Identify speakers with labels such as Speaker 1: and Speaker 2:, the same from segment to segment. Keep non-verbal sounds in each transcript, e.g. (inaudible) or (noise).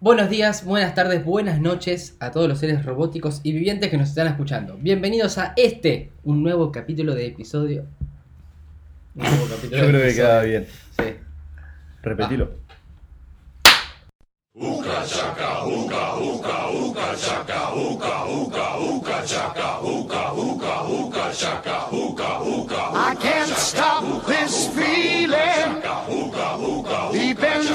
Speaker 1: Buenos días, buenas tardes, buenas noches a todos los seres robóticos y vivientes que nos están escuchando. Bienvenidos a este, un nuevo capítulo de episodio. Un nuevo
Speaker 2: (laughs)
Speaker 1: capítulo
Speaker 2: Yo
Speaker 1: de
Speaker 2: creo que
Speaker 1: episodio.
Speaker 2: queda bien.
Speaker 1: Sí.
Speaker 2: Repetilo.
Speaker 3: I can't stop this feeling deep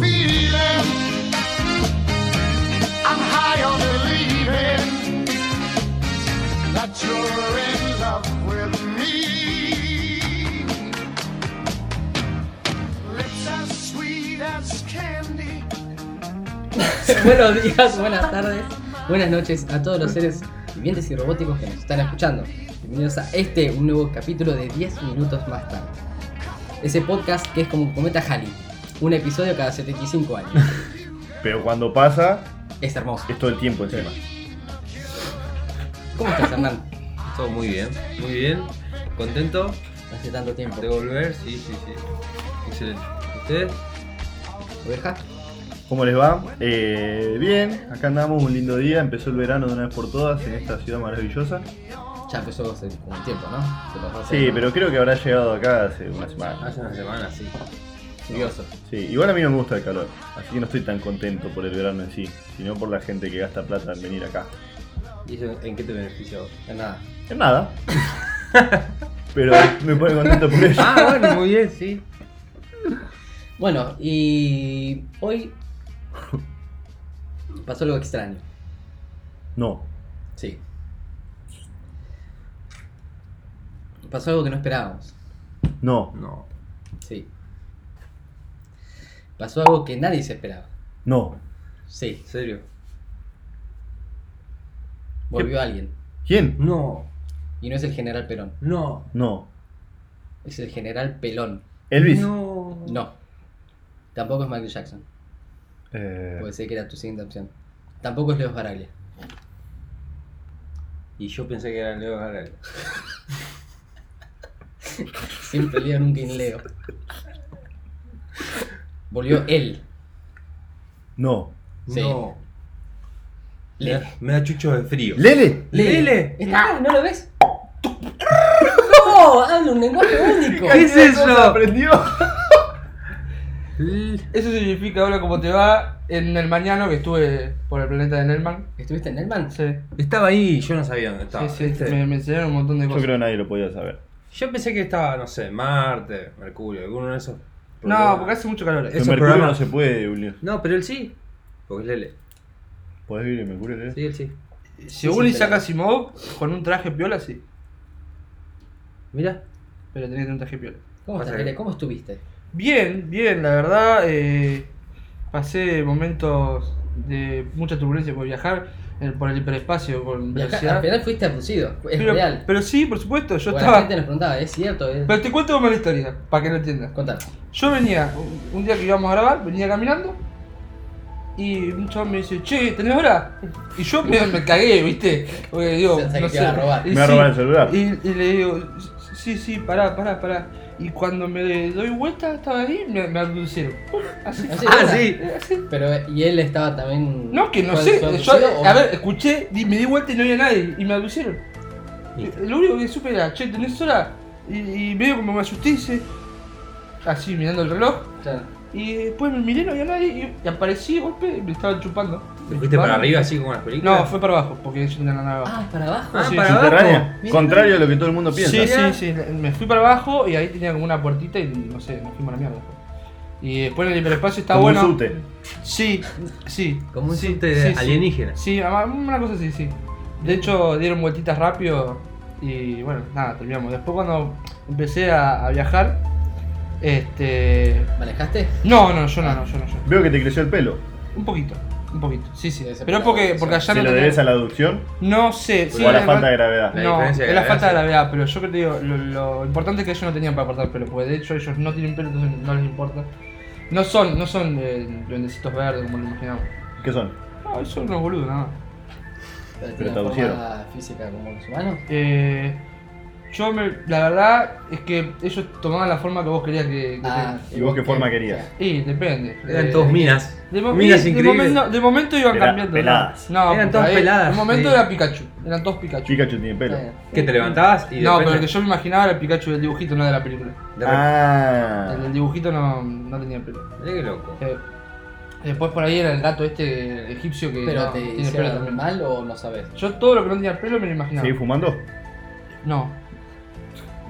Speaker 3: feeling. I'm high on believing that you're in love with me. Lips as sweet as candy.
Speaker 1: (laughs) Buenos días, buenas tardes, buenas noches a todos los seres vivientes y robóticos que nos están escuchando. Bienvenidos a este, un nuevo capítulo de 10 minutos más tarde. Ese podcast que es como un cometa Halley, un episodio cada 75 años.
Speaker 2: Ah, Pero cuando pasa,
Speaker 1: Es hermoso.
Speaker 2: es todo el tiempo encima.
Speaker 1: ¿Cómo estás, Hernán?
Speaker 2: (laughs)
Speaker 4: Todo muy bien, muy bien. Contento
Speaker 1: Hace tanto tiempo.
Speaker 4: de volver, sí, sí, sí. Excelente. ¿Ustedes?
Speaker 1: ¿Oveja?
Speaker 2: ¿Cómo les va? Eh, bien, acá andamos, un lindo día. Empezó el verano de una vez por todas en esta ciudad maravillosa.
Speaker 1: Ya empezó hace como un tiempo, ¿no? Se pasó hace-
Speaker 2: Sí, pero creo que habrá llegado acá hace una semana.
Speaker 4: Hace una semana, sí.
Speaker 1: Curioso.
Speaker 2: Sí, igual a mí no me gusta el calor, así que no estoy tan contento por el verano en sí, sino por la gente que gasta plata en venir acá.
Speaker 4: ¿Y eso en qué te beneficia a vos?
Speaker 1: De nada.
Speaker 2: En (laughs) nada. Pero me pone contento por ello.
Speaker 4: Ah, bueno, muy bien, sí.
Speaker 1: Bueno, y hoy pasó algo extraño.
Speaker 2: No.
Speaker 1: Sí. Pasó algo que no esperábamos.
Speaker 2: No,
Speaker 4: No.
Speaker 1: Sí. Pasó algo que nadie se esperaba.
Speaker 2: no.
Speaker 1: Sí.
Speaker 4: ¿En serio?
Speaker 1: Volvió alguien.
Speaker 2: ¿Quién?
Speaker 4: No,
Speaker 1: Y no es el general Perón.
Speaker 4: no.
Speaker 2: No.
Speaker 1: Es el general Pelón.
Speaker 2: Elvis.
Speaker 4: No.
Speaker 1: No. Tampoco es Michael Jackson.
Speaker 2: Eh,
Speaker 1: Puede ser que era tu siguiente opción. Tampoco es Leo Baraglia.
Speaker 4: Y yo pensé que era Leo Garay.
Speaker 1: Siempre Leo, nunca en Leo. Volvió él.
Speaker 2: no.
Speaker 1: Sí.
Speaker 4: No. Me
Speaker 1: Lele.
Speaker 4: da, me da chucho de frío.
Speaker 2: Lele.
Speaker 4: Lele.
Speaker 5: Ah.
Speaker 1: Está, ¿No lo ves? ¡No! Habla un lenguaje único.
Speaker 4: ¿Qué es eso?
Speaker 2: aprendió?
Speaker 5: Eso significa ahora como te va en el mañana que estuve por el planeta de Nelman.
Speaker 1: ¿Estuviste en Elman?
Speaker 5: Sí,
Speaker 4: Estaba ahí y yo no sabía dónde estaba.
Speaker 5: sí, sí,
Speaker 1: este-
Speaker 4: ¿viste?
Speaker 5: me, me enseñaron un montón de
Speaker 2: Yo
Speaker 5: cosas.
Speaker 2: creo que nadie lo podía saber.
Speaker 4: Yo pensé que estaba, no sé, Marte, Mercurio, alguno de esos.
Speaker 5: No, porque hace mucho calor.
Speaker 2: En
Speaker 4: Esos
Speaker 2: Mercurio
Speaker 4: programas-
Speaker 2: no se puede, Julio.
Speaker 4: No, pero él sí. Porque es Lele.
Speaker 2: ¿Podés vivir en Mercurio, ¿eh? Lele?
Speaker 4: Sí, él sí.
Speaker 5: Según
Speaker 1: sí,
Speaker 5: Isaac
Speaker 1: pero-
Speaker 5: Asimov, con un traje piola sí.
Speaker 4: Mira.
Speaker 5: Pero tenía que tener un traje piola.
Speaker 1: ¿Cómo estás,
Speaker 4: Pasa que-
Speaker 1: Lele? ¿Cómo estuviste?
Speaker 5: Bien, bien, la verdad. eh, pasé momentos de mucha turbulencia por viajar eh, por el hiperespacio, con
Speaker 1: Viajá-
Speaker 5: velocidad.
Speaker 1: al final fuiste abducido. Es
Speaker 5: Pero,
Speaker 1: real.
Speaker 5: pero sí, por supuesto, yo
Speaker 1: Bueno,
Speaker 5: estaba.
Speaker 1: La gente nos preguntaba, ¿es cierto? ¿Es...
Speaker 5: Pero te cuento una historia, para que lo entiendas.
Speaker 1: Contanos.
Speaker 5: Yo venía, un- un día que íbamos a grabar, venía caminando y un chaval me dice, che, ¿tenés hora? Y yo me, me cagué, ¿viste? Porque digo,
Speaker 1: Pensá que
Speaker 5: no
Speaker 1: te
Speaker 5: sé.
Speaker 1: iba a robar.
Speaker 5: Y
Speaker 2: Me va a
Speaker 5: sí,
Speaker 2: robar el celular.
Speaker 5: Y, y le digo, sí, sí, pará, pará, pará. Y cuando me doy vuelta, estaba ahí, me, me abducieron. Así,
Speaker 1: No sé,
Speaker 4: Ah,
Speaker 1: ahora.
Speaker 4: sí.
Speaker 5: eh, así.
Speaker 1: Pero, ¿y él estaba también...?
Speaker 5: No, que no
Speaker 1: fue-
Speaker 5: sé,
Speaker 1: fue
Speaker 5: yo, eh,
Speaker 1: abducido o-
Speaker 5: a ver, escuché, di- me di vuelta y no había nadie, y me abducieron.
Speaker 4: Listo.
Speaker 5: Lo único que supe era, che, ¿tenés hora? Y, y medio como me asusté, hice así mirando el reloj.
Speaker 1: Claro.
Speaker 5: Y después me miré, no había nadie, y, y aparecí de golpe y me estaban chupando.
Speaker 4: ¿Te
Speaker 5: Me
Speaker 4: fuiste
Speaker 5: chupaban.
Speaker 4: para arriba así como en las películas?
Speaker 5: No, fue para abajo, porque yo tenía la nave abajo.
Speaker 1: Ah, ¿para abajo?
Speaker 4: Ah,
Speaker 5: sí.
Speaker 4: para abajo.
Speaker 2: ¿Subterránea?
Speaker 1: Mira.
Speaker 2: Contrario a lo que todo el mundo piensa.
Speaker 5: sí, sí, sí, me fui para abajo y ahí tenía como una puertita y no sé, me fui para la mierda. Y después en el hiperespacio está
Speaker 2: Como un
Speaker 5: bueno.
Speaker 2: subte.
Speaker 5: Sí, sí.
Speaker 4: Como un
Speaker 5: sí,
Speaker 4: subte de
Speaker 5: sí, sí.
Speaker 4: alienígenas.
Speaker 5: Sí, ama- una cosa así, sí. De hecho, dieron vueltitas rápido y bueno, nada, terminamos. Después cuando empecé a, a viajar, este...
Speaker 1: ¿Manejaste?
Speaker 5: No, no, yo no, no, yo no, yo.
Speaker 2: Veo que te creció el pelo.
Speaker 5: Un poquito. Un poquito, sí, sí.
Speaker 1: Debe ser
Speaker 5: Pero es
Speaker 1: por la
Speaker 5: porque, porque allá
Speaker 1: graduación.
Speaker 2: ¿Se
Speaker 5: no
Speaker 2: lo
Speaker 5: tenía-
Speaker 2: debes a la aducción
Speaker 5: No sé, sí,
Speaker 2: o a la
Speaker 5: además-
Speaker 2: falta de gravedad?
Speaker 4: La
Speaker 5: No, es
Speaker 4: diferencia de
Speaker 5: la
Speaker 4: gravedad,
Speaker 5: falta de
Speaker 4: sí.
Speaker 5: gravedad, pero yo creo que digo, lo, lo importante es que ellos no tenían para cortar pelo, porque de hecho ellos no tienen pelo, entonces no les importa. No son, no son eh, duendecitos verdes como lo imaginamos.
Speaker 2: ¿Qué son?
Speaker 5: No, son unos boludos, nada. más.
Speaker 1: Pero
Speaker 2: Pero
Speaker 1: tiene
Speaker 2: traducieron.
Speaker 1: forma física como los humanos.
Speaker 5: Eh, yo me, la verdad es que ellos tomaban la forma que vos querías que, que
Speaker 2: ¿Y vos qué forma querías?
Speaker 5: tengan. Y depende.
Speaker 4: Ah. Eran
Speaker 5: Eh,
Speaker 4: todos minas.
Speaker 5: De, mo-
Speaker 4: minas
Speaker 5: y de
Speaker 4: increíbles.
Speaker 5: momento, de momento iban
Speaker 2: Pela-
Speaker 5: cambiando. ¿no?
Speaker 2: peladas.
Speaker 5: No,
Speaker 4: Eran
Speaker 5: por
Speaker 4: todas
Speaker 5: ahí,
Speaker 4: peladas,
Speaker 5: De momento
Speaker 4: sí.
Speaker 5: era Pikachu, eran todos Pikachu.
Speaker 2: Pikachu tiene pelo.
Speaker 4: Que te levantabas y
Speaker 5: no, pero el
Speaker 4: depende-
Speaker 5: que yo me imaginaba era el Pikachu del dibujito, no de la película.
Speaker 4: de re-
Speaker 2: Ah,
Speaker 5: El del dibujito no, no tenía pelo.
Speaker 4: Mirá qué loco.
Speaker 5: Eh, después por ahí era el gato este egipcio que
Speaker 1: ¿Pero
Speaker 5: no,
Speaker 1: te
Speaker 5: tiene pelo
Speaker 1: hicieron
Speaker 5: también.
Speaker 1: mal o no sabes?
Speaker 5: Yo todo lo que no tenía pelo me lo imaginaba.
Speaker 2: ¿seguís fumando?
Speaker 5: No.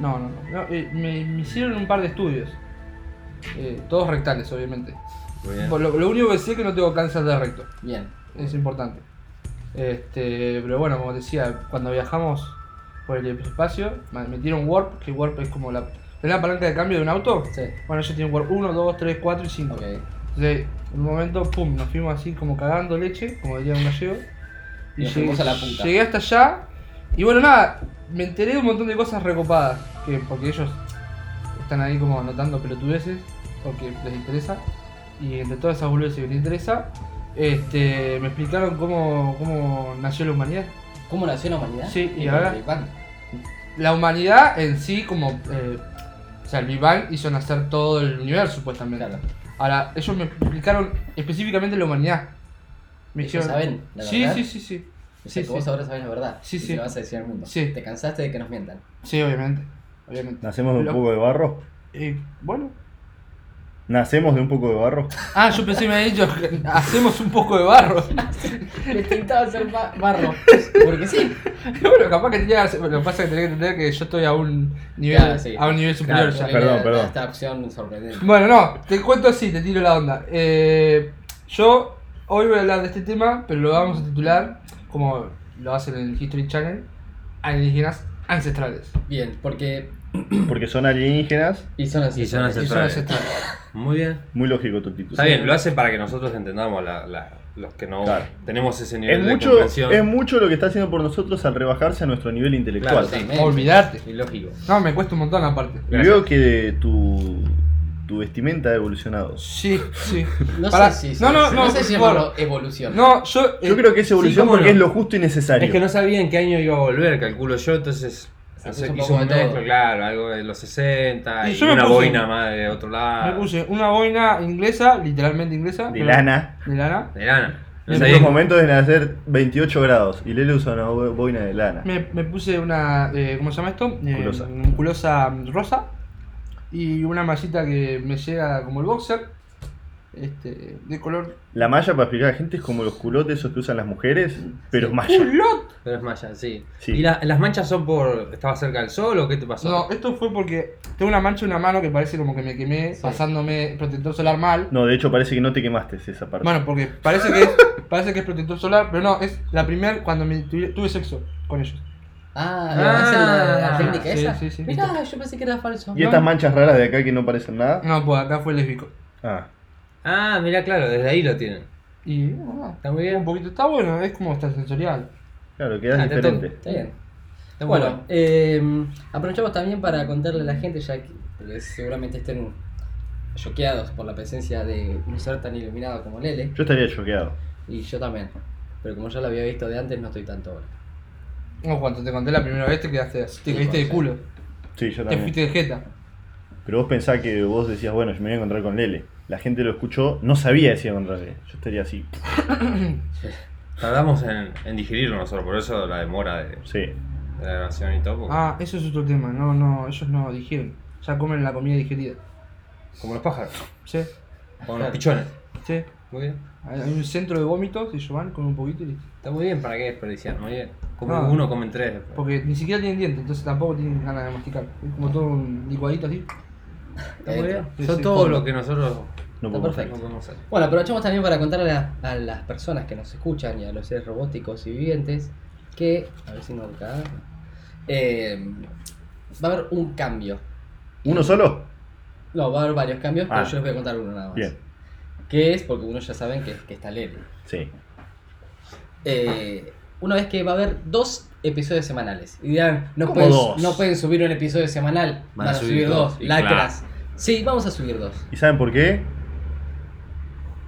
Speaker 5: No, no, no. No, eh, me, me hicieron un par de estudios. Eh, todos rectales, obviamente.
Speaker 4: Muy bien.
Speaker 5: Por Lo, lo único que sé es que no tengo cáncer de recto.
Speaker 1: Bien.
Speaker 5: Es importante. Este, pero bueno, como decía, cuando viajamos por el espacio, me metieron warp, que warp es como la, ¿es la palanca de cambio de un auto.
Speaker 1: Sí.
Speaker 5: Bueno, yo tenía warp 1, 2, 3, 4 y 5.
Speaker 1: Ok.
Speaker 5: Entonces, en un momento, pum, nos fuimos así como cagando leche, como diría un gallego.
Speaker 1: Y nos fuimos a la punta.
Speaker 5: llegué hasta allá. Y bueno, nada, me enteré de un montón de cosas recopadas. Que, porque ellos están ahí como anotando pelotudeces, porque les interesa. Y entre todas esas boludeces que les interesa, este, me explicaron cómo, cómo nació la humanidad.
Speaker 1: ¿Cómo nació la humanidad?
Speaker 5: Sí, y
Speaker 1: con
Speaker 5: ahora-
Speaker 1: el Big Bang.
Speaker 5: La humanidad en sí, como. eh, o sea, el Big Bang hizo nacer todo el universo, supuestamente.
Speaker 1: Claro.
Speaker 5: Ahora, ellos me explicaron específicamente la humanidad. Me
Speaker 1: Ellos saben, la
Speaker 5: sí,
Speaker 1: verdad.
Speaker 5: sí, sí, sí.
Speaker 1: O
Speaker 5: Sí,
Speaker 1: sea, que vos
Speaker 5: sí.
Speaker 1: ahora sabés la verdad.
Speaker 5: Sí,
Speaker 1: y
Speaker 5: sí.
Speaker 1: se lo vas a decir al mundo.
Speaker 5: Sí.
Speaker 1: Te cansaste de que nos
Speaker 5: (laughs)
Speaker 1: mientan.
Speaker 5: Sí, obviamente. Obviamente.
Speaker 2: ¿Nacemos de un
Speaker 5: Lo-
Speaker 2: poco de barro?
Speaker 5: eh, bueno.
Speaker 2: ¿Nacemos de un poco de barro?
Speaker 5: Ah, yo pensé me había dicho que hacemos un poco de barro. (laughs)
Speaker 1: Les pintaba hacer ba- barro. Porque
Speaker 2: (laughs)
Speaker 1: sí.
Speaker 5: bueno, capaz que tenía que hacer- Lo que pasa es que tenés que entender que yo estoy a un nivel,
Speaker 1: Claro, sí.
Speaker 5: a un nivel superior ya.
Speaker 1: porque
Speaker 2: Perdón,
Speaker 1: era
Speaker 2: perdón.
Speaker 1: Esta opción sorprendente.
Speaker 5: Bueno, no, te cuento así, te tiro la onda. Eh, yo hoy voy a hablar de este tema, pero lo vamos a titular, como lo hacen en el History Channel, alienígenas ancestrales.
Speaker 1: Bien, porque.
Speaker 2: Porque son alienígenas.
Speaker 1: Y son así.
Speaker 4: Y son
Speaker 5: Y son
Speaker 1: (laughs)
Speaker 4: Ancestrales.
Speaker 5: ancestrales.
Speaker 4: Muy bien.
Speaker 2: Muy lógico tu actitud.
Speaker 4: Está bien, lo hacen para que nosotros entendamos la- la- los que no
Speaker 2: Claro.
Speaker 4: tenemos ese nivel
Speaker 2: Es
Speaker 4: de
Speaker 2: mucho,
Speaker 4: comprensión.
Speaker 2: es mucho lo que está haciendo por nosotros al rebajarse a nuestro nivel intelectual.
Speaker 4: Claro, sí.
Speaker 1: Totalmente.
Speaker 5: Olvidarte.
Speaker 4: Y lógico.
Speaker 5: No, me cuesta un montón aparte.
Speaker 2: Y Veo que tu, tu vestimenta ha evolucionado.
Speaker 5: Sí, sí.
Speaker 1: No
Speaker 5: Pará.
Speaker 1: sé si.
Speaker 5: no, no, no,
Speaker 1: no sé si
Speaker 5: por favor.
Speaker 1: llamarlo evolución.
Speaker 5: No, yo. eh,
Speaker 2: Yo creo que es evolución
Speaker 4: cómo
Speaker 2: porque
Speaker 4: no.
Speaker 2: es lo justo y necesario.
Speaker 4: Es que no sabía en qué año iba a volver, calculo yo, entonces
Speaker 1: Se
Speaker 4: hace-
Speaker 1: puso un
Speaker 4: hizo
Speaker 1: poco
Speaker 4: un
Speaker 1: de todo.
Speaker 4: mezcla, claro, algo de los 60
Speaker 5: Y
Speaker 4: y,
Speaker 5: yo me
Speaker 4: una
Speaker 5: puse-
Speaker 4: boina más de otro lado.
Speaker 5: Me puse una boina inglesa, literalmente inglesa.
Speaker 2: De
Speaker 5: pero-
Speaker 2: lana.
Speaker 5: De lana.
Speaker 4: De lana. No
Speaker 2: En
Speaker 4: sabía-
Speaker 2: los momentos de nacer 28 grados y Lele usa una bo- boina de lana.
Speaker 5: Me, me puse una. eh, ¿Cómo se llama esto? Eh,
Speaker 2: Culosa.
Speaker 5: un culosa rosa. Y una mallita que me llega como el boxer. Este, de color.
Speaker 2: La malla, para explicar a la gente, es como los culotes esos que usan las mujeres, pero es malla.
Speaker 5: ¡Culot!
Speaker 4: Pero es malla, sí.
Speaker 2: Sí.
Speaker 4: ¿Y la- las manchas son por. ¿Estaba cerca del sol o qué te pasó?
Speaker 5: No, esto fue porque tengo una mancha en una mano que parece como que me quemé
Speaker 1: Sí.
Speaker 5: pasándome protector solar mal.
Speaker 2: No, de hecho parece que no te quemaste esa parte.
Speaker 5: Bueno, porque parece que es, parece que es protector solar, pero no, es la primera cuando me tuve, tuve sexo con ellos.
Speaker 1: Ah,
Speaker 4: Ah,
Speaker 1: ¿es la, la técnica
Speaker 5: sí,
Speaker 1: esa?
Speaker 5: sí, sí.
Speaker 1: Mirá, yo pensé que era falso.
Speaker 2: ¿Y estas manchas raras de acá que no parecen nada?
Speaker 5: No, pues acá fue lésbico.
Speaker 2: Ah,
Speaker 4: Ah, mirá, claro, desde ahí lo tienen.
Speaker 5: Y bueno,
Speaker 4: Está muy
Speaker 5: un
Speaker 4: bien.
Speaker 5: poquito está bueno, es como está sensorial.
Speaker 2: claro, quedas
Speaker 4: Ah, te
Speaker 2: diferente.
Speaker 1: Está bien.
Speaker 4: Está muy
Speaker 1: Bueno, eh, aprovechamos también para contarle a la gente, ya que porque seguramente estén choqueados por la presencia de un ser tan iluminado como Lele,
Speaker 2: Yo estaría choqueado.
Speaker 1: y yo también. Pero como ya lo había visto de antes, no estoy tanto ahora.
Speaker 5: No, cuando te conté la primera vez te quedaste así, te
Speaker 1: Sí,
Speaker 5: caíste de
Speaker 1: sí.
Speaker 5: culo,
Speaker 2: Sí, yo
Speaker 5: te
Speaker 2: también.
Speaker 5: fuiste de jeta.
Speaker 2: Pero vos pensás que vos decías, bueno, yo me voy a encontrar con Lele. La gente lo escuchó, no sabía decir con Lele. Yo estaría así.
Speaker 4: Tardamos en, en digerirlo nosotros, por eso la demora de, de
Speaker 2: Sí.
Speaker 4: la grabación y todo. porque-
Speaker 5: Ah, eso es otro tema, no, no, ellos no dijeron. Ya comen la comida digerida.
Speaker 4: Como los pájaros,
Speaker 5: Sí,
Speaker 4: como los pichones.
Speaker 5: sí.
Speaker 4: Muy bien.
Speaker 5: Hay hay un centro de vómitos y ellos van, comen un poquito y listo.
Speaker 4: Está muy bien, ¿para qué desperdiciar? Muy bien. Como
Speaker 5: Ah.
Speaker 4: uno, comen tres. después.
Speaker 5: Porque ni siquiera tienen dientes, entonces tampoco tienen ganas de masticar. Es como todo un licuadito así.
Speaker 4: Está muy bien.
Speaker 5: Sí,
Speaker 4: Son
Speaker 5: sí.
Speaker 4: todo lo que nosotros
Speaker 2: No
Speaker 1: Está
Speaker 2: puedo
Speaker 1: perfecto.
Speaker 4: no podemos hacer.
Speaker 1: Bueno, aprovechamos también para contarle a, a las personas que nos escuchan y a los seres robóticos y vivientes que, a ver si no acá, eh, va a haber un cambio.
Speaker 2: ¿Uno solo?
Speaker 1: No, va a haber varios cambios,
Speaker 2: Ah.
Speaker 1: pero yo les voy a contar uno nada más.
Speaker 2: Bien.
Speaker 1: ¿Qué es? Porque uno ya saben que, que está leve.
Speaker 2: Sí.
Speaker 1: Eh, una vez que va a haber dos episodios semanales. Y dirán, no
Speaker 2: ¿Cómo
Speaker 1: pueden,
Speaker 2: dos?
Speaker 1: no pueden subir un episodio semanal, van, a subir dos,
Speaker 4: y
Speaker 1: lacras. Sí, vamos a subir dos.
Speaker 2: ¿Y saben por qué?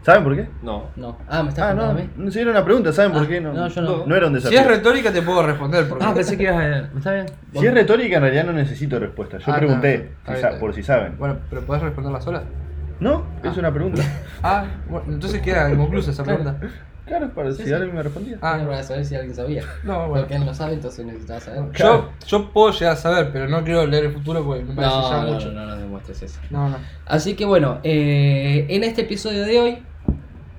Speaker 2: ¿Saben por qué?
Speaker 4: No.
Speaker 1: No. Ah, me estás
Speaker 2: Ah, no,
Speaker 5: ¿eh?
Speaker 1: contando a mí.
Speaker 2: no se dieron una pregunta, ¿saben por
Speaker 1: Ah,
Speaker 2: qué? No,
Speaker 1: no, yo no.
Speaker 2: no era un
Speaker 5: Si
Speaker 2: desafío.
Speaker 5: es retórica te puedo responder. Porque...
Speaker 6: Ah, pensé que ibas a. ¿Está bien?
Speaker 4: Ah,
Speaker 2: Si es retórica, en realidad no necesito respuesta. Yo
Speaker 5: Ah,
Speaker 2: pregunté
Speaker 5: está,
Speaker 2: si
Speaker 5: está
Speaker 2: sa-
Speaker 5: bien.
Speaker 2: por si saben.
Speaker 5: Bueno, pero podés responderla sola.
Speaker 2: No, es una
Speaker 5: (laughs)
Speaker 2: pregunta.
Speaker 5: Ah, bueno, entonces queda inconclusa esa pregunta.
Speaker 2: Claro, para si alguien me respondía.
Speaker 5: Ah,
Speaker 1: Era para saber si alguien sabía.
Speaker 5: No, bueno.
Speaker 1: Porque él no sabe, entonces necesitaba saber.
Speaker 5: Yo, yo puedo llegar a saber, pero no quiero leer el futuro porque me parece ya
Speaker 1: No, no,
Speaker 5: mucho.
Speaker 1: no, no, no demuestres eso.
Speaker 5: No, no.
Speaker 1: Así que bueno, eh, en este episodio de hoy,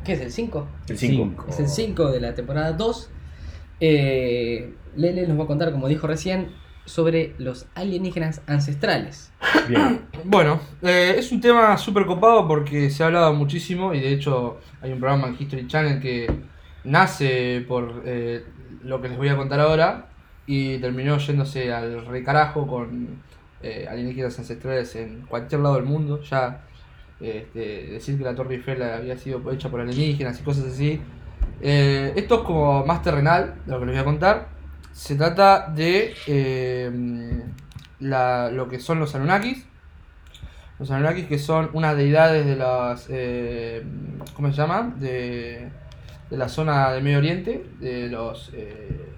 Speaker 1: ¿qué es el 5?
Speaker 2: El 5.
Speaker 4: Cinco.
Speaker 1: Es el 5 de la temporada 2. Eh, Lele nos va a contar, como dijo recién, sobre los alienígenas ancestrales.
Speaker 2: Bien.
Speaker 5: Bueno, eh, es un tema súper copado porque se ha hablado muchísimo y de hecho hay un programa en History Channel que nace por eh, lo que les voy a contar ahora y terminó yéndose al recarajo con eh, alienígenas ancestrales en cualquier lado del mundo. Ya este, decir que la Torre Eiffel había sido hecha por alienígenas y cosas así. Eh, esto es como más terrenal, de lo que les voy a contar. Se trata de eh, la- lo que son los Anunnakis. Los Anunnakis que son unas deidades de las... eh, ¿Cómo se llama? De, de la zona de Medio Oriente, de los... eh,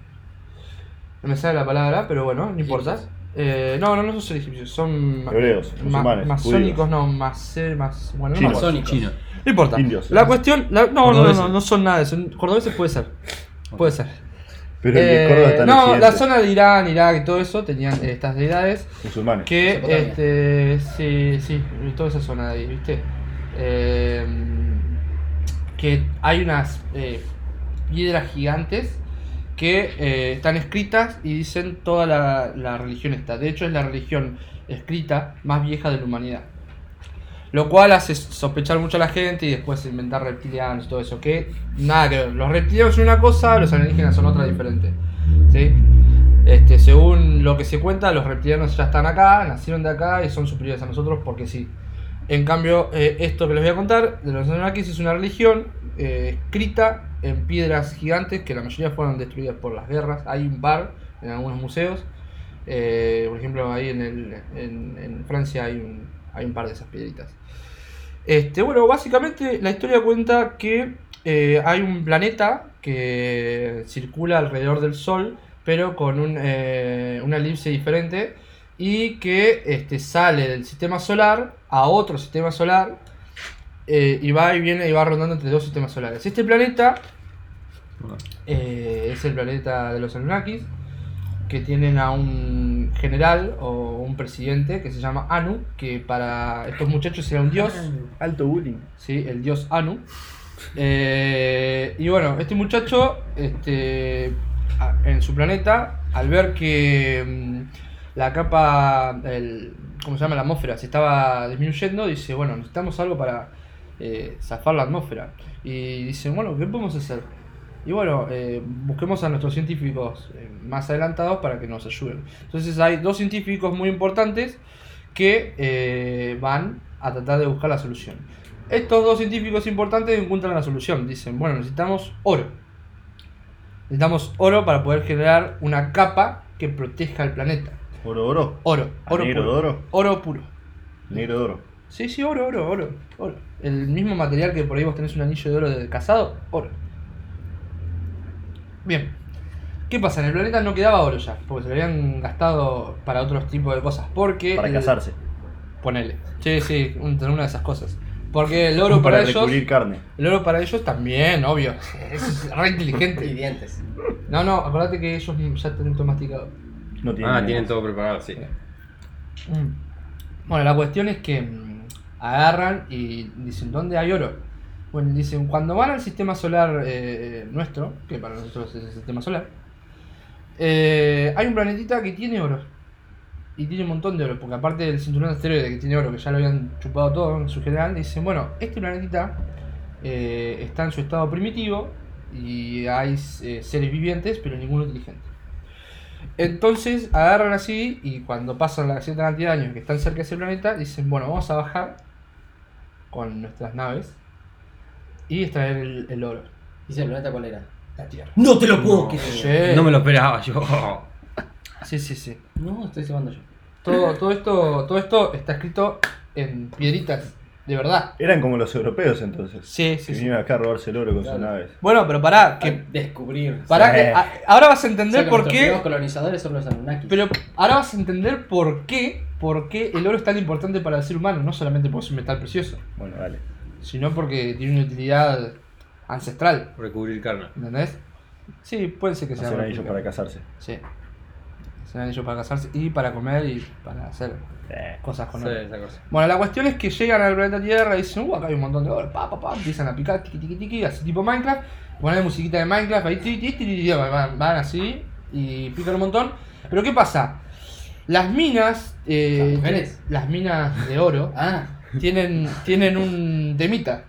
Speaker 5: no me sale la palabra, pero bueno, no importa. Eh, no, no, no son egipcios, son...
Speaker 2: Hebreos,
Speaker 5: ma-
Speaker 2: musulmanes,
Speaker 5: masónicos,
Speaker 2: judíos.
Speaker 5: no, más... eh, más bueno, no me
Speaker 2: Chinos.
Speaker 5: acuerdo.
Speaker 1: Masónicos.
Speaker 6: Chino.
Speaker 5: No importa.
Speaker 2: Indios.
Speaker 5: La cuestión. la- no, no, no,
Speaker 6: Cordobeses.
Speaker 5: no, no son nada. de eso. cordobeses puede ser. Puede ser.
Speaker 2: Pero el
Speaker 5: Eh,
Speaker 2: de Córdoba está en
Speaker 5: no, la
Speaker 2: Occidente.
Speaker 5: zona de Irán, Irak y todo eso tenían eh, estas deidades
Speaker 2: Musulmanes.
Speaker 5: que,
Speaker 1: Mesopotamia.
Speaker 5: este, sí, sí, y toda esa zona de ahí, ¿viste? Eh, que hay unas eh, piedras gigantes que eh, están escritas y dicen toda la, la religión está. De hecho, es la religión escrita más vieja de la humanidad. Lo cual hace sospechar mucho a la gente y después inventar reptilianos y todo eso. Que nada que ver. Los reptilianos son una cosa, los alienígenas son otra diferente. ¿sí? Este, según lo que se cuenta, los reptilianos ya están acá, nacieron de acá y son superiores a nosotros porque sí. En cambio, eh, esto que les voy a contar de los Anunnakis es una religión eh, escrita en piedras gigantes que la mayoría fueron destruidas por las guerras. Hay un par en algunos museos. Eh, por ejemplo, ahí en, el, en, en Francia hay un, hay un par de esas piedritas. Este, bueno, básicamente la historia cuenta que eh, hay un planeta que circula alrededor del Sol, pero con un, eh, una elipse diferente, y que este, sale del sistema solar a otro sistema solar, eh, y va y viene y va rondando entre dos sistemas solares. Este planeta eh, es el planeta de los Anunnakis, que tienen a un general o un presidente que se llama Anu, que para estos muchachos era un dios.
Speaker 2: Alto bullying.
Speaker 5: ¿sí? el dios Anu. Eh, y bueno, este muchacho, este, a- en su planeta, al ver que mm, la capa, el, ¿cómo se llama? La atmósfera se estaba disminuyendo, dice, bueno, necesitamos algo para eh, zafar la atmósfera. Y dicen, bueno, ¿qué podemos hacer? Y bueno, eh, busquemos a nuestros científicos eh, más adelantados para que nos ayuden. Entonces hay dos científicos muy importantes que eh, van a tratar de buscar la solución. Estos dos científicos importantes encuentran la solución. Dicen, bueno, necesitamos oro. Necesitamos oro para poder generar una capa que proteja al planeta.
Speaker 2: Oro, oro.
Speaker 5: Oro,
Speaker 2: ¿A
Speaker 5: oro
Speaker 2: negro de
Speaker 5: puro.
Speaker 2: oro?
Speaker 5: Oro puro.
Speaker 2: Negro de oro.
Speaker 5: Sí, sí, oro, oro, oro, oro. El mismo material que por ahí vos tenés un anillo de oro de casado, oro. Bien. ¿Qué pasa? En el planeta no quedaba oro ya, porque se lo habían gastado para otros tipos de cosas. Porque
Speaker 2: Para
Speaker 5: el-
Speaker 2: casarse.
Speaker 5: Ponele. Sí, sí, un- una de esas cosas.
Speaker 2: (laughs)
Speaker 5: Porque el oro
Speaker 2: Para,
Speaker 5: para, ellos.
Speaker 2: recubrir carne.
Speaker 5: El oro para ellos también, obvio. Es re
Speaker 1: Y (laughs)
Speaker 5: inteligente.
Speaker 1: dientes.
Speaker 5: No, no, acordate que ellos ya tienen todo masticado.
Speaker 2: No tiene
Speaker 4: Ah,
Speaker 2: nada.
Speaker 4: tienen todo preparado, sí.
Speaker 5: Mm. Bueno, la cuestión es que mm, agarran y dicen, ¿dónde hay oro? Bueno, dicen, cuando van al sistema solar eh, nuestro, que para nosotros es el sistema solar, eh, hay un planetita que tiene oro. Y tiene un montón de oro, porque aparte del cinturón de asteroides que tiene oro, que ya lo habían chupado todo en su general, dicen, bueno, este planetita eh, está en su estado primitivo y hay eh, seres vivientes, pero ninguno inteligente. Entonces agarran así y cuando pasan la cierta cantidad de años que están cerca de ese planeta, dicen, bueno, vamos a bajar con nuestras naves y extraer el, el oro,
Speaker 1: ¿Y el planeta cuál era?
Speaker 5: la tierra.
Speaker 1: ¡No te lo puedo
Speaker 4: No.
Speaker 1: creer!
Speaker 5: Sí.
Speaker 4: No me lo esperaba yo.
Speaker 5: Sí, sí, sí.
Speaker 1: No, estoy llevando yo.
Speaker 5: Todo, todo, esto, todo esto está escrito en piedritas, de verdad.
Speaker 2: Eran como los europeos entonces.
Speaker 5: Sí,
Speaker 2: Que
Speaker 5: sí, sí.
Speaker 2: vinieron acá a robarse el oro con
Speaker 1: Claro.
Speaker 2: sus naves.
Speaker 5: Bueno, pero pará,
Speaker 1: Que
Speaker 5: que,
Speaker 1: descubrir.
Speaker 5: pará
Speaker 2: Sí.
Speaker 5: que a- ahora vas
Speaker 1: O
Speaker 5: a
Speaker 1: sea,
Speaker 5: entender
Speaker 1: que
Speaker 5: por
Speaker 1: nuestros
Speaker 5: qué.
Speaker 1: primeros colonizadores son los Anunnaki.
Speaker 5: Pero ahora vas a entender por qué, por qué el oro es tan importante para el ser humano, no solamente porque es un metal precioso,
Speaker 2: Bueno, dale.
Speaker 5: sino porque tiene una utilidad ancestral,
Speaker 4: Recubrir carne.
Speaker 5: ¿entendés? Sí, puede ser que sea.
Speaker 2: Hacer un anillo
Speaker 5: réplica.
Speaker 2: para casarse.
Speaker 5: Sí. Hacer anillo para casarse y para comer y para hacer
Speaker 2: Eh,
Speaker 5: cosas con
Speaker 4: Sí,
Speaker 5: oro.
Speaker 4: esa cosa.
Speaker 5: Bueno, la cuestión es que llegan al planeta Tierra y dicen, uh, acá hay un montón de oro, pa, pa, pa, empiezan a picar, tiqui, tiqui, tiqui, así tipo Minecraft, ponen musiquita de Minecraft, ahí, ti, ti, ti, ti, ti, van, van así y pican un montón. Pero ¿qué pasa? Las minas, eh,
Speaker 1: ¿Las mujeres?
Speaker 5: las minas de oro,
Speaker 1: Ah,
Speaker 5: tienen, tienen un temita.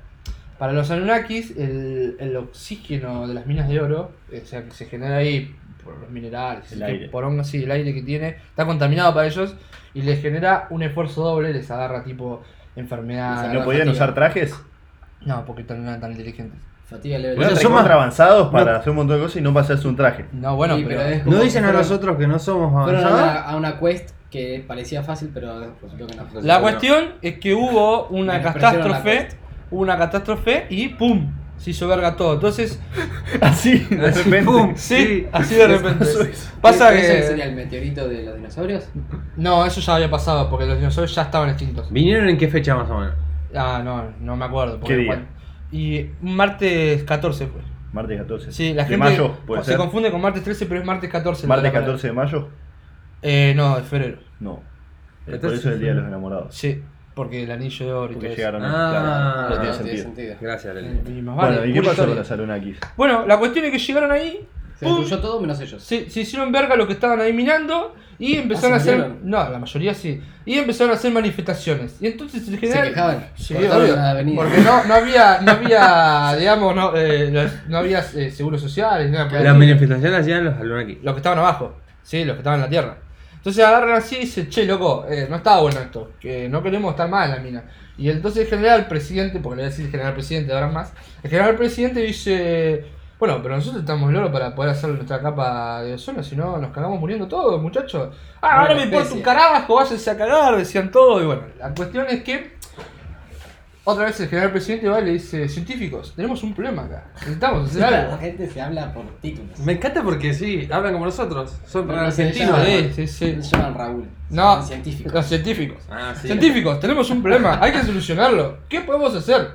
Speaker 5: Para los Anunnakis, el, el oxígeno de las minas de oro, eh, o sea, que se genera ahí por los minerales,
Speaker 2: El
Speaker 5: que
Speaker 2: aire.
Speaker 5: poronga, sí, el aire que tiene, está contaminado para ellos y les genera un esfuerzo doble, les agarra tipo enfermedad.
Speaker 1: Les agarra
Speaker 2: Ah, ¿No podían usar trajes?
Speaker 5: No, porque no eran tan inteligentes.
Speaker 1: fatiga level.
Speaker 2: Eran
Speaker 4: son
Speaker 2: recontra
Speaker 4: más-
Speaker 2: avanzados para hacer un montón de cosas y no pasarse un traje.
Speaker 5: No, bueno,
Speaker 1: Sí,
Speaker 5: pero.
Speaker 1: pero es-
Speaker 4: ¿No dicen a nosotros que no somos
Speaker 1: Fueron a una,
Speaker 4: avanzados?
Speaker 1: a una quest que parecía fácil, pero resultó que no.
Speaker 5: La cuestión es que hubo una
Speaker 1: Me despreciaron la
Speaker 5: catástrofe,
Speaker 1: costa.
Speaker 5: hubo una catástrofe y ¡pum! Se hizo verga todo. Entonces,
Speaker 2: (laughs)
Speaker 5: (laughs)
Speaker 2: Así, de
Speaker 4: Así,
Speaker 2: repente.
Speaker 4: pum.
Speaker 5: sí,
Speaker 4: Sí,
Speaker 5: así de repente.
Speaker 2: pasó (laughs) eso.
Speaker 5: Pasa
Speaker 1: ¿Eso
Speaker 5: que.
Speaker 1: Este, sería el meteorito de los dinosaurios?
Speaker 5: No, eso ya había pasado, porque los dinosaurios ya estaban extintos.
Speaker 4: ¿Vinieron en qué fecha más o menos?
Speaker 5: Ah, no, no me acuerdo. porque
Speaker 2: ¿Qué día?
Speaker 5: cual- Y un martes 14 fue.
Speaker 2: Martes 14.
Speaker 5: Sí, la
Speaker 2: de
Speaker 5: gente
Speaker 2: mayo, puede
Speaker 5: se
Speaker 2: ser.
Speaker 5: confunde con martes 13, pero es martes 14. el
Speaker 2: Martes
Speaker 5: de la palabra.
Speaker 2: 14 de mayo.
Speaker 5: Eh, no, de febrero.
Speaker 2: No. Eh,
Speaker 4: 14
Speaker 2: Por eso es el día de los enamorados.
Speaker 5: Sí, porque el anillo de oro y
Speaker 2: Porque
Speaker 5: todo eso.
Speaker 2: llegaron.
Speaker 4: Ah,
Speaker 2: claro, no
Speaker 4: no
Speaker 2: tiene
Speaker 4: tiene
Speaker 2: sentido.
Speaker 4: Gracias, Leli.
Speaker 5: Y más vale,
Speaker 2: Bueno, ¿y qué
Speaker 5: pura
Speaker 2: pasó con
Speaker 5: historia.
Speaker 2: los Anunnakis?
Speaker 5: Bueno, la cuestión es que llegaron ahí,
Speaker 1: Se
Speaker 5: ¡pum!
Speaker 1: destruyó todo menos ellos.
Speaker 5: se, se hicieron verga los que estaban ahí minando y empezaron
Speaker 1: Ah,
Speaker 5: a
Speaker 1: ¿se
Speaker 5: hacer.
Speaker 1: murieron?
Speaker 5: No, la mayoría sí. Y empezaron a hacer manifestaciones. Y entonces el
Speaker 1: Se
Speaker 5: general.
Speaker 1: quejaban.
Speaker 5: Sí,
Speaker 1: Cortaron
Speaker 5: obvio,
Speaker 1: la avenida.
Speaker 5: porque no, no había, no había, (laughs) digamos, no, eh, los- no había eh, seguros sociales, nada por el
Speaker 4: Las
Speaker 5: estilo.
Speaker 4: manifestaciones hacían los Anunnaki.
Speaker 5: los que estaban abajo, sí, los que estaban en la tierra. Entonces agarran así y dicen, che, loco, eh, no está bueno esto, que no queremos estar más en la mina. Y entonces el general presidente, porque le voy a decir el general presidente ahora más, el general presidente dice, bueno, pero nosotros estamos loro para poder hacer nuestra capa de ozono, si no nos cagamos muriendo todos, muchachos. Ah, ahora
Speaker 1: Buena
Speaker 5: me importa
Speaker 1: especie.
Speaker 5: un carajo, váyanse a cagar, decían todo, y bueno, la cuestión es que... Otra vez el general presidente va y le dice, científicos, tenemos un problema acá, necesitamos hacer
Speaker 1: La
Speaker 5: algo.
Speaker 1: gente se habla por títulos.
Speaker 4: Me encanta porque sí, hablan como nosotros. Son
Speaker 1: Pero no se
Speaker 4: argentinos.
Speaker 1: llama.
Speaker 5: Sí, sí, sí.
Speaker 1: Se llaman Raúl.
Speaker 5: No,
Speaker 1: Son científicos.
Speaker 5: los científicos.
Speaker 4: Ah, sí.
Speaker 5: Científicos, tenemos
Speaker 2: (laughs)
Speaker 5: un problema, hay que solucionarlo. ¿Qué podemos hacer?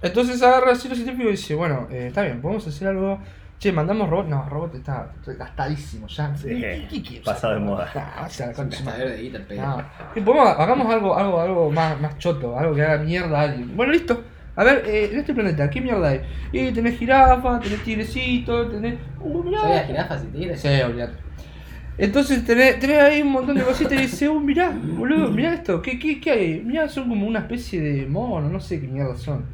Speaker 5: Entonces agarra así los científicos y dice, bueno, eh, está bien, podemos hacer algo. Che, mandamos robots. No, robot está gastadísimo ya. ¿Qué- qué- qué-
Speaker 2: pasado de moda.
Speaker 5: Ah, o
Speaker 1: Son
Speaker 5: sea, con-
Speaker 1: gastadores de guita el pedo.
Speaker 5: no. ¿Qué podemos- hagamos algo, algo, algo más, más choto, algo que haga mierda a alguien. Bueno, listo. A ver, eh, en este planeta, ¿qué mierda hay? Y tenés jirafa, tenés tigrecito, tenés. Uh, mirá,
Speaker 1: ¿Sabías jirafas y tigres?
Speaker 5: Sí, olvidate. Entonces tenés, tenés ahí un montón de cositas y dices, uh, mirá, boludo, mirá esto, ¿qué, qué, qué hay? Mirá, son como una especie de mono, no sé qué mierda son.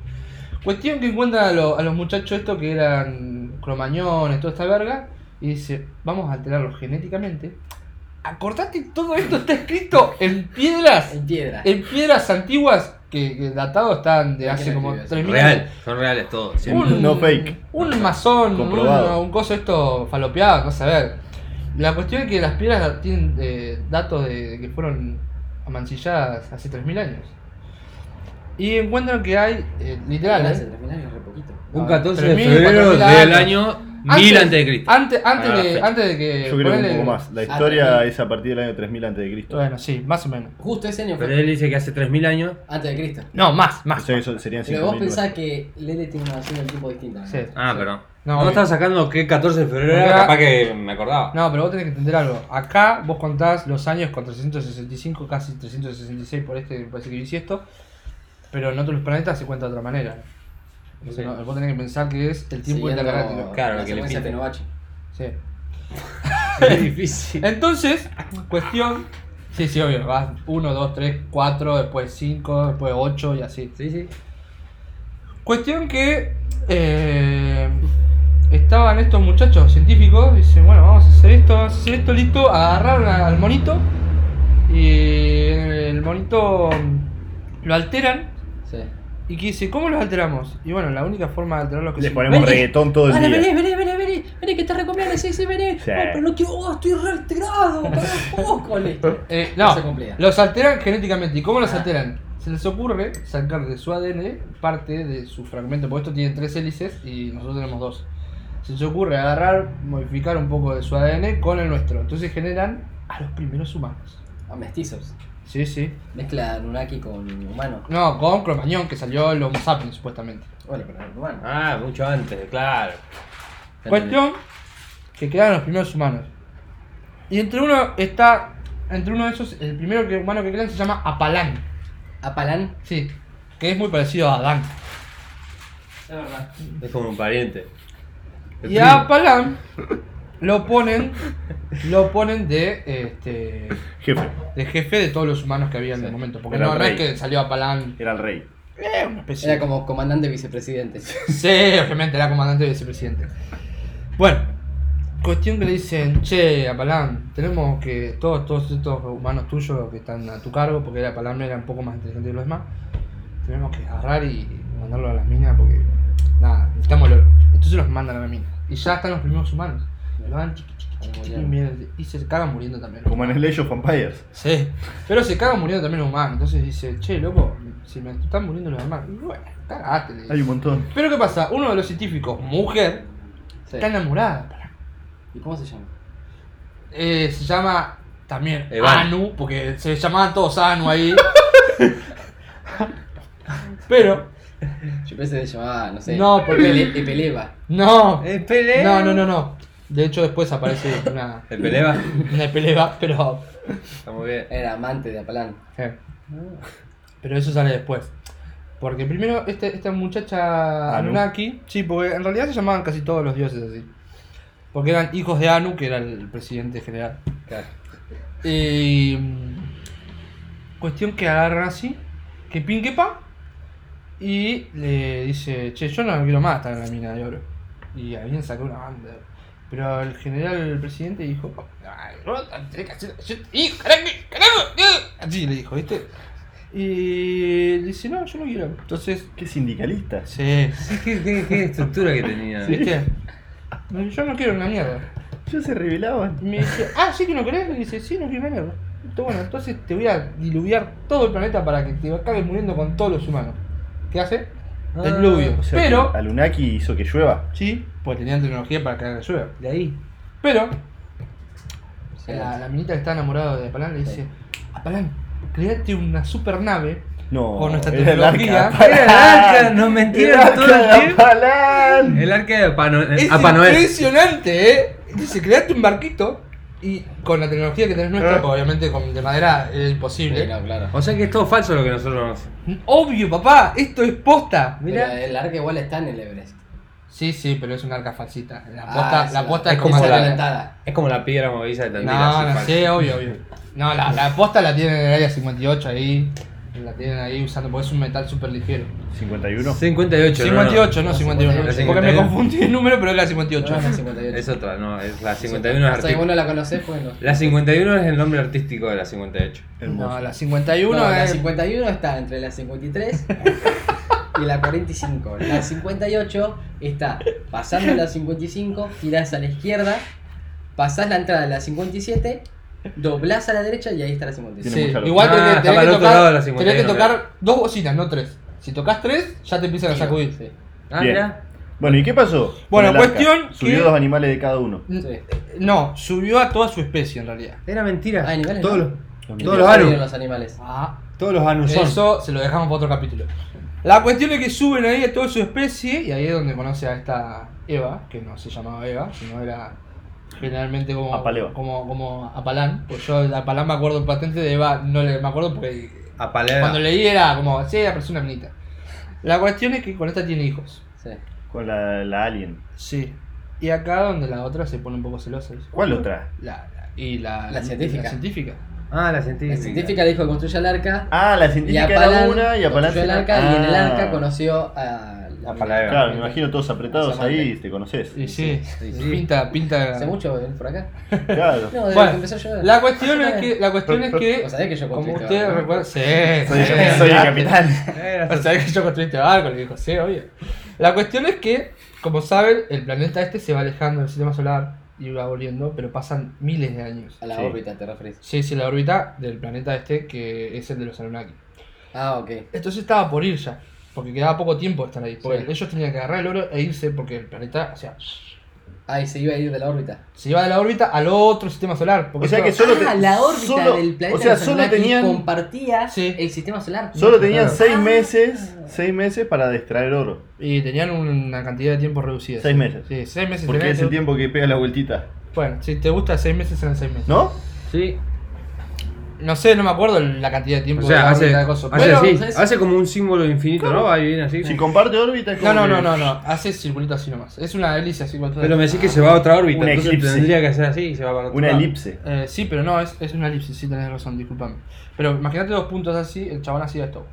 Speaker 5: Cuestión que encuentran a, lo- a los muchachos estos que eran cromañones, toda esta verga, y dice, vamos a alterarlos genéticamente. Acordate, todo esto está escrito en piedras,
Speaker 1: En piedra.
Speaker 5: en piedras antiguas que, que datados están de
Speaker 1: ¿Quién
Speaker 5: hace como
Speaker 1: escribió eso?
Speaker 5: 3.000
Speaker 4: Real, son reales todos. sí.
Speaker 2: Un- No fake.
Speaker 5: Un masón, un,
Speaker 2: Comprobado.
Speaker 5: un coso esto falopeado, no sé, a ver. La cuestión es que las piedras tienen eh, datos de, de que fueron amancilladas hace 3.000 años. Y encuentran que hay, eh, literal,
Speaker 1: Hace
Speaker 5: ¿eh?
Speaker 1: 3.000 años, re poquito.
Speaker 4: Un 14 de
Speaker 5: 3.000,
Speaker 4: febrero
Speaker 5: 4.000
Speaker 4: del
Speaker 5: años.
Speaker 4: año 1000 antes de Cristo.
Speaker 5: Antes, antes,
Speaker 4: Ahora la
Speaker 5: de,
Speaker 4: fecha.
Speaker 5: antes de que.
Speaker 2: Ah, Yo creo que un
Speaker 5: ponele-
Speaker 2: poco más. La
Speaker 1: Ah,
Speaker 2: historia
Speaker 1: 3000.
Speaker 2: es a partir del año 3000 a.C.
Speaker 5: Bueno, sí, más o menos.
Speaker 1: Justo ese año
Speaker 4: Pero
Speaker 1: fue
Speaker 4: él dice que hace 3000 años.
Speaker 1: antes de Cristo.
Speaker 5: No, más,
Speaker 2: O
Speaker 5: más.
Speaker 2: sea, eso serían
Speaker 1: Pero vos
Speaker 2: 5000.
Speaker 1: pensás que Lele tiene una noción del tiempo distinta. ¿no?
Speaker 5: Sí.
Speaker 4: Ah, pero.
Speaker 5: No,
Speaker 4: No,
Speaker 5: bien.
Speaker 4: estaba sacando que 14 de febrero
Speaker 5: Acá-
Speaker 4: era, capaz que me acordaba.
Speaker 5: No, pero vos tenés que entender algo. Acá vos contás los años con 365, casi 366 por este, me parece que bisiesto. Pero en otros planetas se cuenta de otra manera. O sea,
Speaker 4: Sí.
Speaker 5: no, vos tenés que pensar que es el tiempo
Speaker 1: Siguiendo
Speaker 5: intergaláctico.
Speaker 4: Claro,
Speaker 1: la
Speaker 4: que le
Speaker 1: secuencia
Speaker 4: pinte.
Speaker 1: Tenoch.
Speaker 5: Sí.
Speaker 4: (laughs) Es difícil.
Speaker 5: Entonces, cuestión. Sí, sí, obvio. Vas 1, 2, 3, 4, después 5, después 8 y así.
Speaker 4: Sí, sí.
Speaker 5: Cuestión que eh, estaban estos muchachos científicos, dicen, bueno, vamos a hacer esto, vamos a hacer esto, listo, agarraron a- al monito y el monito mm, lo alteran
Speaker 1: Sí.
Speaker 5: Y que dice, ¿cómo los alteramos? Y bueno, la única forma de alterarlos que
Speaker 2: Les
Speaker 5: se-
Speaker 2: ponemos
Speaker 1: Vení.
Speaker 2: reggaetón todo el
Speaker 1: Ahora, vení,
Speaker 2: día.
Speaker 1: vení, vení, vení, vení, que te recomiendo, sí, sí, vení.
Speaker 2: Sí.
Speaker 1: Ay, pero no quiero, oh, estoy
Speaker 2: (laughs)
Speaker 1: realterado, poco, listo.
Speaker 5: Eh,
Speaker 1: No
Speaker 5: no,
Speaker 1: se cumplía.
Speaker 5: los alteran genéticamente. ¿Y cómo los alteran? Se les ocurre sacar de su ADN parte de su fragmento, porque estos tienen tres hélices y nosotros tenemos dos. Se les ocurre agarrar, modificar un poco de su ADN con el nuestro. Entonces generan a los primeros humanos.
Speaker 1: A mestizos.
Speaker 5: Sí, sí.
Speaker 1: Mezcla Nunaki con humano.
Speaker 5: No, con Cromañón, que salió el Homo sapiens, supuestamente.
Speaker 1: Bueno, pero humano.
Speaker 4: Ah, mucho antes, claro.
Speaker 5: Cuestión que quedaron los primeros humanos. Y entre uno está, entre uno de esos, el primero que- humano que crean se llama Apalán. Ah.
Speaker 1: Apalán.
Speaker 5: Sí, que es muy parecido a Adán.
Speaker 1: Es verdad.
Speaker 4: Es como un pariente. El
Speaker 5: Y a Palam lo ponen, lo ponen de, este,
Speaker 2: Jefe,
Speaker 5: de jefe de todos los humanos que había en el momento. Porque
Speaker 2: Era
Speaker 5: no,
Speaker 2: el
Speaker 5: no es
Speaker 2: rey.
Speaker 5: que salió a Palam
Speaker 2: era el rey.
Speaker 5: una especie
Speaker 1: Era como comandante vicepresidente.
Speaker 5: Sí, obviamente, era comandante y vicepresidente. Bueno, cuestión que le dicen, che, Apalán, tenemos que todos, todos estos humanos tuyos que están a tu cargo, porque Apalán era un poco más inteligente que los demás, tenemos que agarrar y mandarlo a las minas porque, nada, necesitamos el oro. Entonces los mandan a las minas. Y ya están los primeros humanos. Y lo van chiqui, chiqui, chiqui, chiqui, miren, y se cagan muriendo también.
Speaker 2: Como en el Age of Vampires.
Speaker 5: Sí, pero se cagan muriendo también los humanos. Entonces dice, che, loco, si me están muriendo los demás, y bueno, cagate. le dice.
Speaker 2: Hay un montón.
Speaker 5: Pero ¿qué pasa? Uno de los científicos, mujer,
Speaker 1: Sí.
Speaker 5: está enamorada.
Speaker 1: ¿Y cómo se llama?
Speaker 5: Eh, se llama también
Speaker 4: Evan.
Speaker 5: Anu, porque se llamaban todos Anu ahí. Pero,
Speaker 1: Yo pensé que se llamaba, no sé.
Speaker 5: No, porque-
Speaker 1: Epele- Epeleva.
Speaker 5: no.
Speaker 4: El pelea.
Speaker 5: No, no,
Speaker 4: (laughs)
Speaker 5: no, no. De hecho, después aparece una,
Speaker 4: El pelea.
Speaker 5: una pelea, pero.
Speaker 4: Está muy bien.
Speaker 1: Era amante de Apalán.
Speaker 5: eh, Pero eso sale después. Porque primero, este- esta muchacha
Speaker 2: Anu.
Speaker 5: Anunnaki. Sí, porque en realidad se llamaban casi todos los dioses así. Porque eran hijos de Anu, que era el presidente general.
Speaker 1: Claro.
Speaker 5: Eh, mm, cuestión que agarran así, que pin que pa, y le dice, che, yo no quiero más estar en la mina de oro. Y alguien sacó una banda. de oro. Pero el general, el presidente, dijo, "Ay, vos tenés que hacer- yo- y, carajo, carajo, eh". Así le dijo, ¿viste? Y le dice, no, yo no quiero. Entonces,
Speaker 2: Qué sindicalista.
Speaker 5: sí,
Speaker 4: Sí, qué, qué- qué estructura que tenía.
Speaker 5: ¿viste? Yo no quiero una mierda.
Speaker 2: Ya se revelaban.
Speaker 5: Y me dice, ah, sí que no querés. Le dice, sí, no quiero nada. Entonces, Bueno, entonces te voy a diluviar todo el planeta para que te acabes muriendo con todos los humanos. ¿Qué hace?
Speaker 4: Ah,
Speaker 5: Diluvio.
Speaker 2: O sea,
Speaker 5: pero,
Speaker 2: que Anunnaki hizo que llueva.
Speaker 5: sí, pues tenían tecnología para cagar la lluvia.
Speaker 4: De ahí.
Speaker 5: Pero,
Speaker 1: Sí,
Speaker 5: la, la minita que está enamorada de Apalán le dice, Apalán, create una super nave
Speaker 2: No,
Speaker 5: con nuestra
Speaker 2: era el arca
Speaker 5: tecnología.
Speaker 2: de Apalán.
Speaker 4: Era
Speaker 5: (laughs)
Speaker 4: el arca, nos mentieron
Speaker 2: Era el
Speaker 4: todo el
Speaker 2: arca de
Speaker 4: tiempo.
Speaker 2: Apalán.
Speaker 4: El arca de Apano-
Speaker 5: Es
Speaker 4: Apa Noel.
Speaker 5: impresionante, ¿eh? Dice, creaste un barquito y con la tecnología que tenés nuestra, que obviamente con, de madera es imposible.
Speaker 1: Sí, no, claro.
Speaker 4: O sea que es todo falso lo que nosotros.
Speaker 5: Obvio, papá, esto es posta.
Speaker 1: Mira,
Speaker 5: Mira.
Speaker 1: el arca igual está en el Everest.
Speaker 5: Sí, sí, pero es una arca falsita. La
Speaker 1: Ah,
Speaker 5: posta,
Speaker 1: esa-
Speaker 5: la posta es,
Speaker 4: es
Speaker 5: como
Speaker 1: esa
Speaker 4: la-
Speaker 5: la.
Speaker 1: calentada.
Speaker 4: Es como la piedra movediza de Tandil.
Speaker 5: No,
Speaker 4: así,
Speaker 5: no,
Speaker 4: falso.
Speaker 5: sí, obvio, obvio. No, la, la posta la tienen en el área 58 ahí. La tienen ahí usando porque es un metal súper ligero.
Speaker 2: 51.
Speaker 4: 58. no, Ah, no.
Speaker 5: 58, no,
Speaker 1: La
Speaker 5: 51.
Speaker 1: 58.
Speaker 5: Porque me confundí el número, pero es la 58.
Speaker 4: Ah,
Speaker 1: No, no, 58.
Speaker 4: Es otra, no. Es la 51 es
Speaker 1: O sea, que
Speaker 4: artístico.
Speaker 1: vos no la conocés, pues no.
Speaker 4: La 51 es el nombre artístico de la 58.
Speaker 5: No, la
Speaker 1: No,
Speaker 5: 51
Speaker 1: la
Speaker 5: es.
Speaker 1: 51 está entre la 53 (laughs) y la 45. La 58 está pasando la 55, girás a la izquierda, pasás la entrada de la 57, doblás a la derecha y ahí está la 57.
Speaker 2: Tiene
Speaker 5: Sí,
Speaker 2: mucha locura.
Speaker 5: igual
Speaker 4: Ah,
Speaker 5: tenés, que-
Speaker 4: estaba
Speaker 5: tenés
Speaker 4: al
Speaker 5: que
Speaker 4: otro lado de la
Speaker 5: tocar,
Speaker 4: 51,
Speaker 5: tenés que
Speaker 4: mira.
Speaker 5: tocar dos bocinas, no tres. Si tocas tres, ya te empiezan a sacudir.
Speaker 1: Sí,
Speaker 4: Ah,
Speaker 2: Bien.
Speaker 4: mira.
Speaker 2: Bueno, ¿y qué pasó? con
Speaker 5: Bueno,
Speaker 2: el arca?
Speaker 5: cuestión
Speaker 2: Subió
Speaker 5: que-
Speaker 2: dos animales de cada uno.
Speaker 1: sí.
Speaker 5: eh, No, subió a toda su especie en realidad.
Speaker 4: Era mentira.
Speaker 1: Ah, animales,
Speaker 4: Todos
Speaker 1: no.
Speaker 4: los,
Speaker 2: Los
Speaker 4: todos
Speaker 1: Los
Speaker 4: los
Speaker 1: animales.
Speaker 4: anus.
Speaker 5: Ah,
Speaker 4: Todos los anus son.
Speaker 5: Eso se lo dejamos para otro capítulo. La cuestión es que suben ahí a toda su especie y ahí es donde conoce a esta Eva, que no se llamaba Eva, sino era generalmente como
Speaker 2: Apaleva.
Speaker 5: como como Apalán. Pues yo de Apalán me acuerdo el patente de Eva, no le, me acuerdo porque
Speaker 4: A palabra.
Speaker 5: cuando leí era como, sí, apareció una minita. La cuestión es que con esta tiene hijos.
Speaker 1: Sí.
Speaker 2: Con la, la alien.
Speaker 5: Sí. Y acá donde la otra se pone un poco celosa. dice,
Speaker 2: ¿Cuál otra?
Speaker 5: La, la- y la,
Speaker 1: La científica.
Speaker 5: La científica.
Speaker 4: Ah, la científica.
Speaker 1: La científica dijo que construya el arca
Speaker 2: Ah, la
Speaker 1: y
Speaker 2: científica era
Speaker 1: Apalán
Speaker 2: una y
Speaker 1: construyó
Speaker 2: Apalán
Speaker 1: el
Speaker 2: era-
Speaker 1: arca y en el
Speaker 2: Ah.
Speaker 1: arca conoció a
Speaker 4: La palabra.
Speaker 2: Claro, me imagino todos apretados
Speaker 1: Samantha.
Speaker 2: ahí y te conoces.
Speaker 5: Y sí,
Speaker 1: Sí, sí.
Speaker 5: pinta, pinta.
Speaker 1: Hace mucho venís por acá.
Speaker 2: Claro.
Speaker 1: No, desde
Speaker 5: Bueno,
Speaker 1: que empezó a llover.
Speaker 5: La cuestión es que, la cuestión es que
Speaker 1: ¿Vos sabés que yo
Speaker 5: como
Speaker 1: construí
Speaker 5: ustedes
Speaker 1: este barco?
Speaker 5: recuerdan, sí,
Speaker 2: (laughs) Soy,
Speaker 5: (laughs) sí,
Speaker 2: soy el capitán.
Speaker 5: Eh, o sea, que yo construí este barco, le dijo, sí, obvio. La cuestión es que, como saben, el planeta este se va alejando del sistema solar y va volviendo, pero pasan miles de años.
Speaker 1: A la
Speaker 2: Sí.
Speaker 1: órbita te referís.
Speaker 5: Sí, sí, la órbita del planeta este, que es el de los Anunnaki.
Speaker 1: Ah, ok.
Speaker 5: Entonces estaba por ir ya, porque quedaba poco tiempo de estar ahí. Porque
Speaker 1: Sí.
Speaker 5: ellos tenían que agarrar el oro e irse, porque el planeta, o sea,
Speaker 1: Ahí se iba a ir de la órbita.
Speaker 5: se iba de la órbita al otro sistema solar. Porque
Speaker 2: O sea
Speaker 5: esto-
Speaker 2: que solo te-
Speaker 1: ah, la órbita
Speaker 2: solo-
Speaker 1: del planeta
Speaker 2: O sea,
Speaker 1: de los
Speaker 2: solo
Speaker 1: Anunnaki
Speaker 2: tenían,
Speaker 1: compartía
Speaker 5: Sí.
Speaker 1: el sistema solar.
Speaker 2: solo tenían
Speaker 5: Claro.
Speaker 2: seis meses, seis meses para extraer oro.
Speaker 5: Y tenían una cantidad de tiempo reducida.
Speaker 2: Seis meses.
Speaker 5: Sí, seis meses.
Speaker 2: Porque
Speaker 5: tenés
Speaker 2: es el
Speaker 5: tu-
Speaker 2: tiempo que pega la vueltita.
Speaker 5: Bueno, si te gusta seis meses, eran seis meses.
Speaker 2: ¿No?
Speaker 4: Sí.
Speaker 5: No sé, no me acuerdo la cantidad de
Speaker 4: O
Speaker 5: tiempo. de
Speaker 4: sea,
Speaker 5: la
Speaker 4: hace,
Speaker 5: órbita de coso,
Speaker 4: hace
Speaker 5: pero-
Speaker 4: así,
Speaker 1: ¿sabes?
Speaker 4: hace como un símbolo infinito, ¿no? Ahí viene así.
Speaker 2: Si comparte órbita es como
Speaker 5: No, no,
Speaker 2: que-
Speaker 5: no, no, no. Hace circulito así nomás. Es una hélice así con todo.
Speaker 4: Pero me decís que se va a otra órbita,
Speaker 2: Una
Speaker 4: entonces
Speaker 2: elipse.
Speaker 4: tendría que ser así y se va para otro
Speaker 2: Una
Speaker 4: lado.
Speaker 2: elipse.
Speaker 5: Eh, sí, pero no, es, es una elipse, sí tenés razón, discúlpame. Pero imagínate dos puntos así, el chabón hacía esto.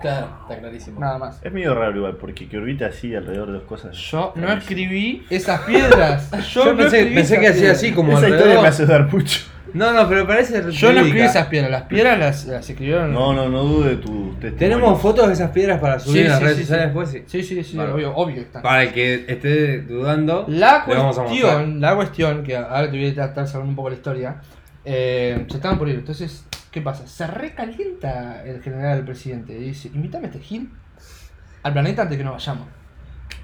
Speaker 1: Claro, está clarísimo.
Speaker 5: Nada más.
Speaker 2: Es medio raro igual, porque que orbita así alrededor de dos cosas.
Speaker 5: Yo no escribí
Speaker 4: (laughs)
Speaker 5: esas piedras. Yo,
Speaker 4: Yo,
Speaker 5: no
Speaker 4: pensé,
Speaker 5: escribí
Speaker 4: pensé
Speaker 5: esas
Speaker 4: que hacía
Speaker 5: piedras.
Speaker 4: así, como
Speaker 2: Esa historia
Speaker 4: alrededor.
Speaker 2: me hace dudar mucho.
Speaker 4: No, no, pero parece.
Speaker 5: Yo no escribí
Speaker 4: verídica.
Speaker 5: esas piedras. Las piedras las, las escribieron.
Speaker 2: No, no, no dude de tu testimonio.
Speaker 4: Tenemos fotos de esas piedras para subir
Speaker 5: Sí,
Speaker 4: en las
Speaker 5: sí,
Speaker 4: redes
Speaker 5: sí,
Speaker 4: sociales
Speaker 5: sí.
Speaker 4: después. sí.
Speaker 5: Sí, sí, sí,
Speaker 4: Vale.
Speaker 5: obvio, obvio está.
Speaker 4: Para el que esté dudando,
Speaker 5: La
Speaker 4: le vamos a mostrar.
Speaker 5: cuestión, la cuestión, que ahora te voy a tratar cerrando un poco la historia, eh, se estaban por ir. Entonces, ¿qué pasa? Se recalienta el general del presidente y dice, invítame a este Gil al planeta antes que nos vayamos.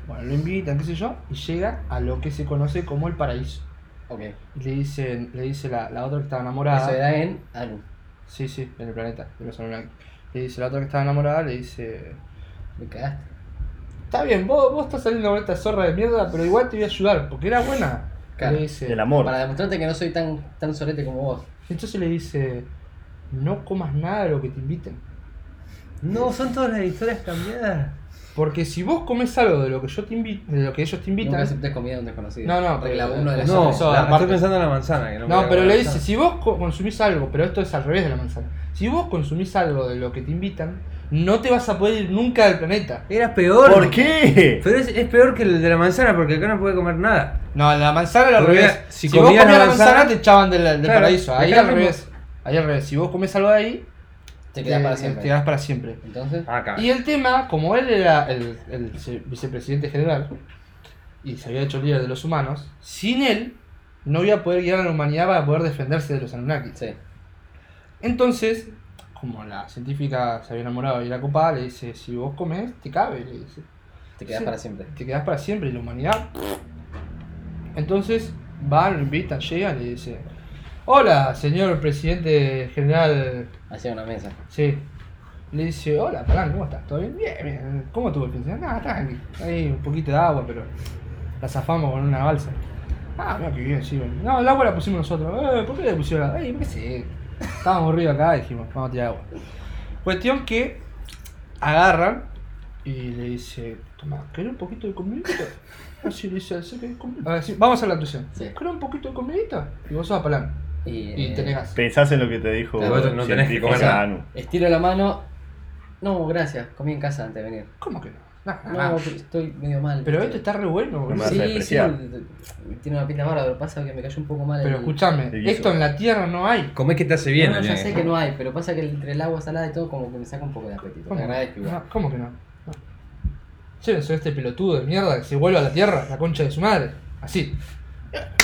Speaker 5: Bueno, lo invitan, qué sé yo, y llega a lo que se conoce como el paraíso.
Speaker 1: Ok.
Speaker 5: Y le dicen, le dice la, la otra que estaba
Speaker 1: Eso
Speaker 5: enamorada.
Speaker 1: era en Anu.
Speaker 5: Sí, sí, en el planeta, de los Anunnaki. Le dice la otra que estaba enamorada, le dice.
Speaker 1: Me cagaste.
Speaker 5: Está bien, vos, vos estás saliendo con esta zorra de mierda, pero igual te voy a ayudar, porque era buena.
Speaker 1: Claro,
Speaker 5: le dice,
Speaker 2: Del amor.
Speaker 1: Para demostrarte que no soy tan, tan solete como vos.
Speaker 5: Entonces le dice, no comas nada de lo que te inviten.
Speaker 4: No, son todas las historias cambiadas.
Speaker 5: Porque si vos comes algo de lo que yo te invi- de lo que ellos
Speaker 1: Nunca
Speaker 2: ¿eh?
Speaker 5: te invitan.
Speaker 1: aceptes comida de un desconocido.
Speaker 5: No, no,
Speaker 1: Regla
Speaker 5: pero-
Speaker 1: uno de la
Speaker 4: No,
Speaker 5: eso,
Speaker 4: la-
Speaker 5: aparte-
Speaker 4: estoy pensando en la manzana. Que no,
Speaker 5: No,
Speaker 4: me
Speaker 5: pero
Speaker 4: acuerdo.
Speaker 5: le dice, si vos co- consumís algo, pero esto es al revés de la manzana. Si vos consumís algo de lo que te invitan, no te vas a poder ir nunca del planeta.
Speaker 4: Era peor.
Speaker 2: ¿Por qué?
Speaker 4: Pero es, es peor que el de la manzana porque acá no puede comer nada.
Speaker 5: No, la manzana era al
Speaker 4: Porque
Speaker 5: revés.
Speaker 4: si
Speaker 5: Si, vos
Speaker 4: comías
Speaker 5: comías
Speaker 4: la
Speaker 5: la manzana,
Speaker 4: manzana,
Speaker 5: te echaban del, del
Speaker 4: claro,
Speaker 5: paraíso. Ahí
Speaker 4: acá
Speaker 5: al
Speaker 4: mismo.
Speaker 5: revés. Ahí al revés. Si vos comes algo de ahí,
Speaker 1: Te quedás para
Speaker 5: Eh, Te
Speaker 1: siempre.
Speaker 5: quedás para siempre.
Speaker 1: Entonces,
Speaker 4: Acá.
Speaker 5: Y el tema, como él era el, el vice- vicepresidente general y se había hecho líder de los humanos, sin él no iba a poder guiar a la humanidad para poder defenderse de los Anunnaki.
Speaker 1: sí.
Speaker 5: Entonces, como la científica se había enamorado y era copada, le dice, si vos comes, te cabe, le dice,
Speaker 1: Te quedás
Speaker 5: Sí.
Speaker 1: para siempre.
Speaker 5: te quedás para siempre y la humanidad. Entonces, van, lo invitan, llegan y le dice, hola, señor presidente general
Speaker 1: Hacía una mesa.
Speaker 5: Sí. Le dice, hola, Fran, ¿cómo estás? ¿Todo bien? Bien, bien. ¿Cómo estuvo el fin de semana? Nada, tranqui. Ahí un poquito de agua, pero la zafamos con una balsa. Ah, mira qué bien, sí. bien. No, el agua la pusimos nosotros. Eh, ¿Por qué la pusieron? Ay, qué sé. Estábamos aburridos acá, dijimos, vamos a tirar agua. Cuestión que agarran y le dice, toma, ¿querés un poquito de (laughs) comidita? Así le dice, "Así que comi-". A ver, sí, vamos a la actuación.
Speaker 1: Sí.
Speaker 5: ¿Querés un poquito de comidita? Y vos sos a palán.
Speaker 1: Y,
Speaker 5: Y
Speaker 1: eh,
Speaker 5: te negás.
Speaker 2: Pensás en lo que te dijo
Speaker 1: Claro,
Speaker 4: vos no tenés que
Speaker 2: científico
Speaker 4: comer nada.
Speaker 2: Anu.
Speaker 1: Estiro la mano. No, gracias. Comí en casa antes de venir.
Speaker 5: ¿Cómo que no? Nah,
Speaker 1: No,
Speaker 5: nah.
Speaker 1: pero estoy medio mal.
Speaker 5: Ah. Pero esto está re bueno, boludo.
Speaker 2: Me vas a
Speaker 1: Sí, sí.
Speaker 2: despreciar.
Speaker 1: Tiene una pinta mala, pero pasa que me cayó un poco mal.
Speaker 5: Pero
Speaker 1: el-
Speaker 2: el
Speaker 5: escúchame,
Speaker 2: guiso.
Speaker 5: esto en la tierra no hay.
Speaker 4: Comés que te hace
Speaker 1: No,
Speaker 4: bien.
Speaker 1: no, ya
Speaker 4: tenía
Speaker 1: sé que no hay, pero pasa que entre el agua salada y todo, como que me saca un poco de apetito. Te agradezco igual.
Speaker 5: No, ¿Cómo que no? No. Llévense a este pelotudo de mierda que se vuelve a la tierra, la concha de su madre. Así.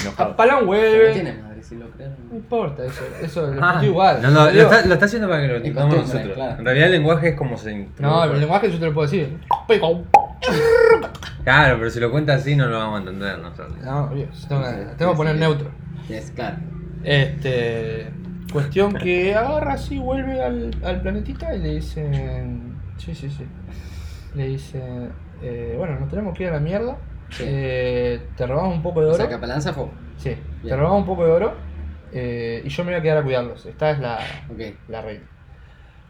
Speaker 2: Enojado.
Speaker 5: Apalán
Speaker 1: Pero no
Speaker 5: vuelve.
Speaker 1: tiene madre, si lo creo.
Speaker 5: No
Speaker 1: no.
Speaker 5: importa, eso, eso lo
Speaker 4: Ah,
Speaker 5: escucho igual.
Speaker 4: No, no, lo
Speaker 5: Digo,
Speaker 4: está, lo está haciendo para que lo entendamos
Speaker 1: costumbre,
Speaker 4: nosotros.
Speaker 1: claro.
Speaker 4: En realidad el lenguaje es como se
Speaker 5: no, el
Speaker 4: introduce.
Speaker 5: lenguaje yo te lo puedo decir. Pico.
Speaker 4: Claro, pero si lo cuenta así no lo vamos a entender nosotros.
Speaker 5: No, obvio, tengo que-
Speaker 1: Sí,
Speaker 5: tengo que
Speaker 1: sí,
Speaker 5: poner
Speaker 1: sí.
Speaker 5: neutro.
Speaker 1: Es claro.
Speaker 5: Este. Cuestión que agarra así, vuelve al, al planetita y le dicen. Sí, sí, sí. Le dicen. eh, bueno, nos tenemos que ir a la mierda.
Speaker 1: Sí.
Speaker 5: Eh, te robamos un poco de
Speaker 1: O
Speaker 5: oro.
Speaker 1: sea, Capalanza fue.
Speaker 5: Sí, te
Speaker 1: Bien.
Speaker 5: robamos un poco de oro. eh, y yo me voy a quedar a cuidarlos. Esta es la,
Speaker 1: Ok,
Speaker 5: la reina.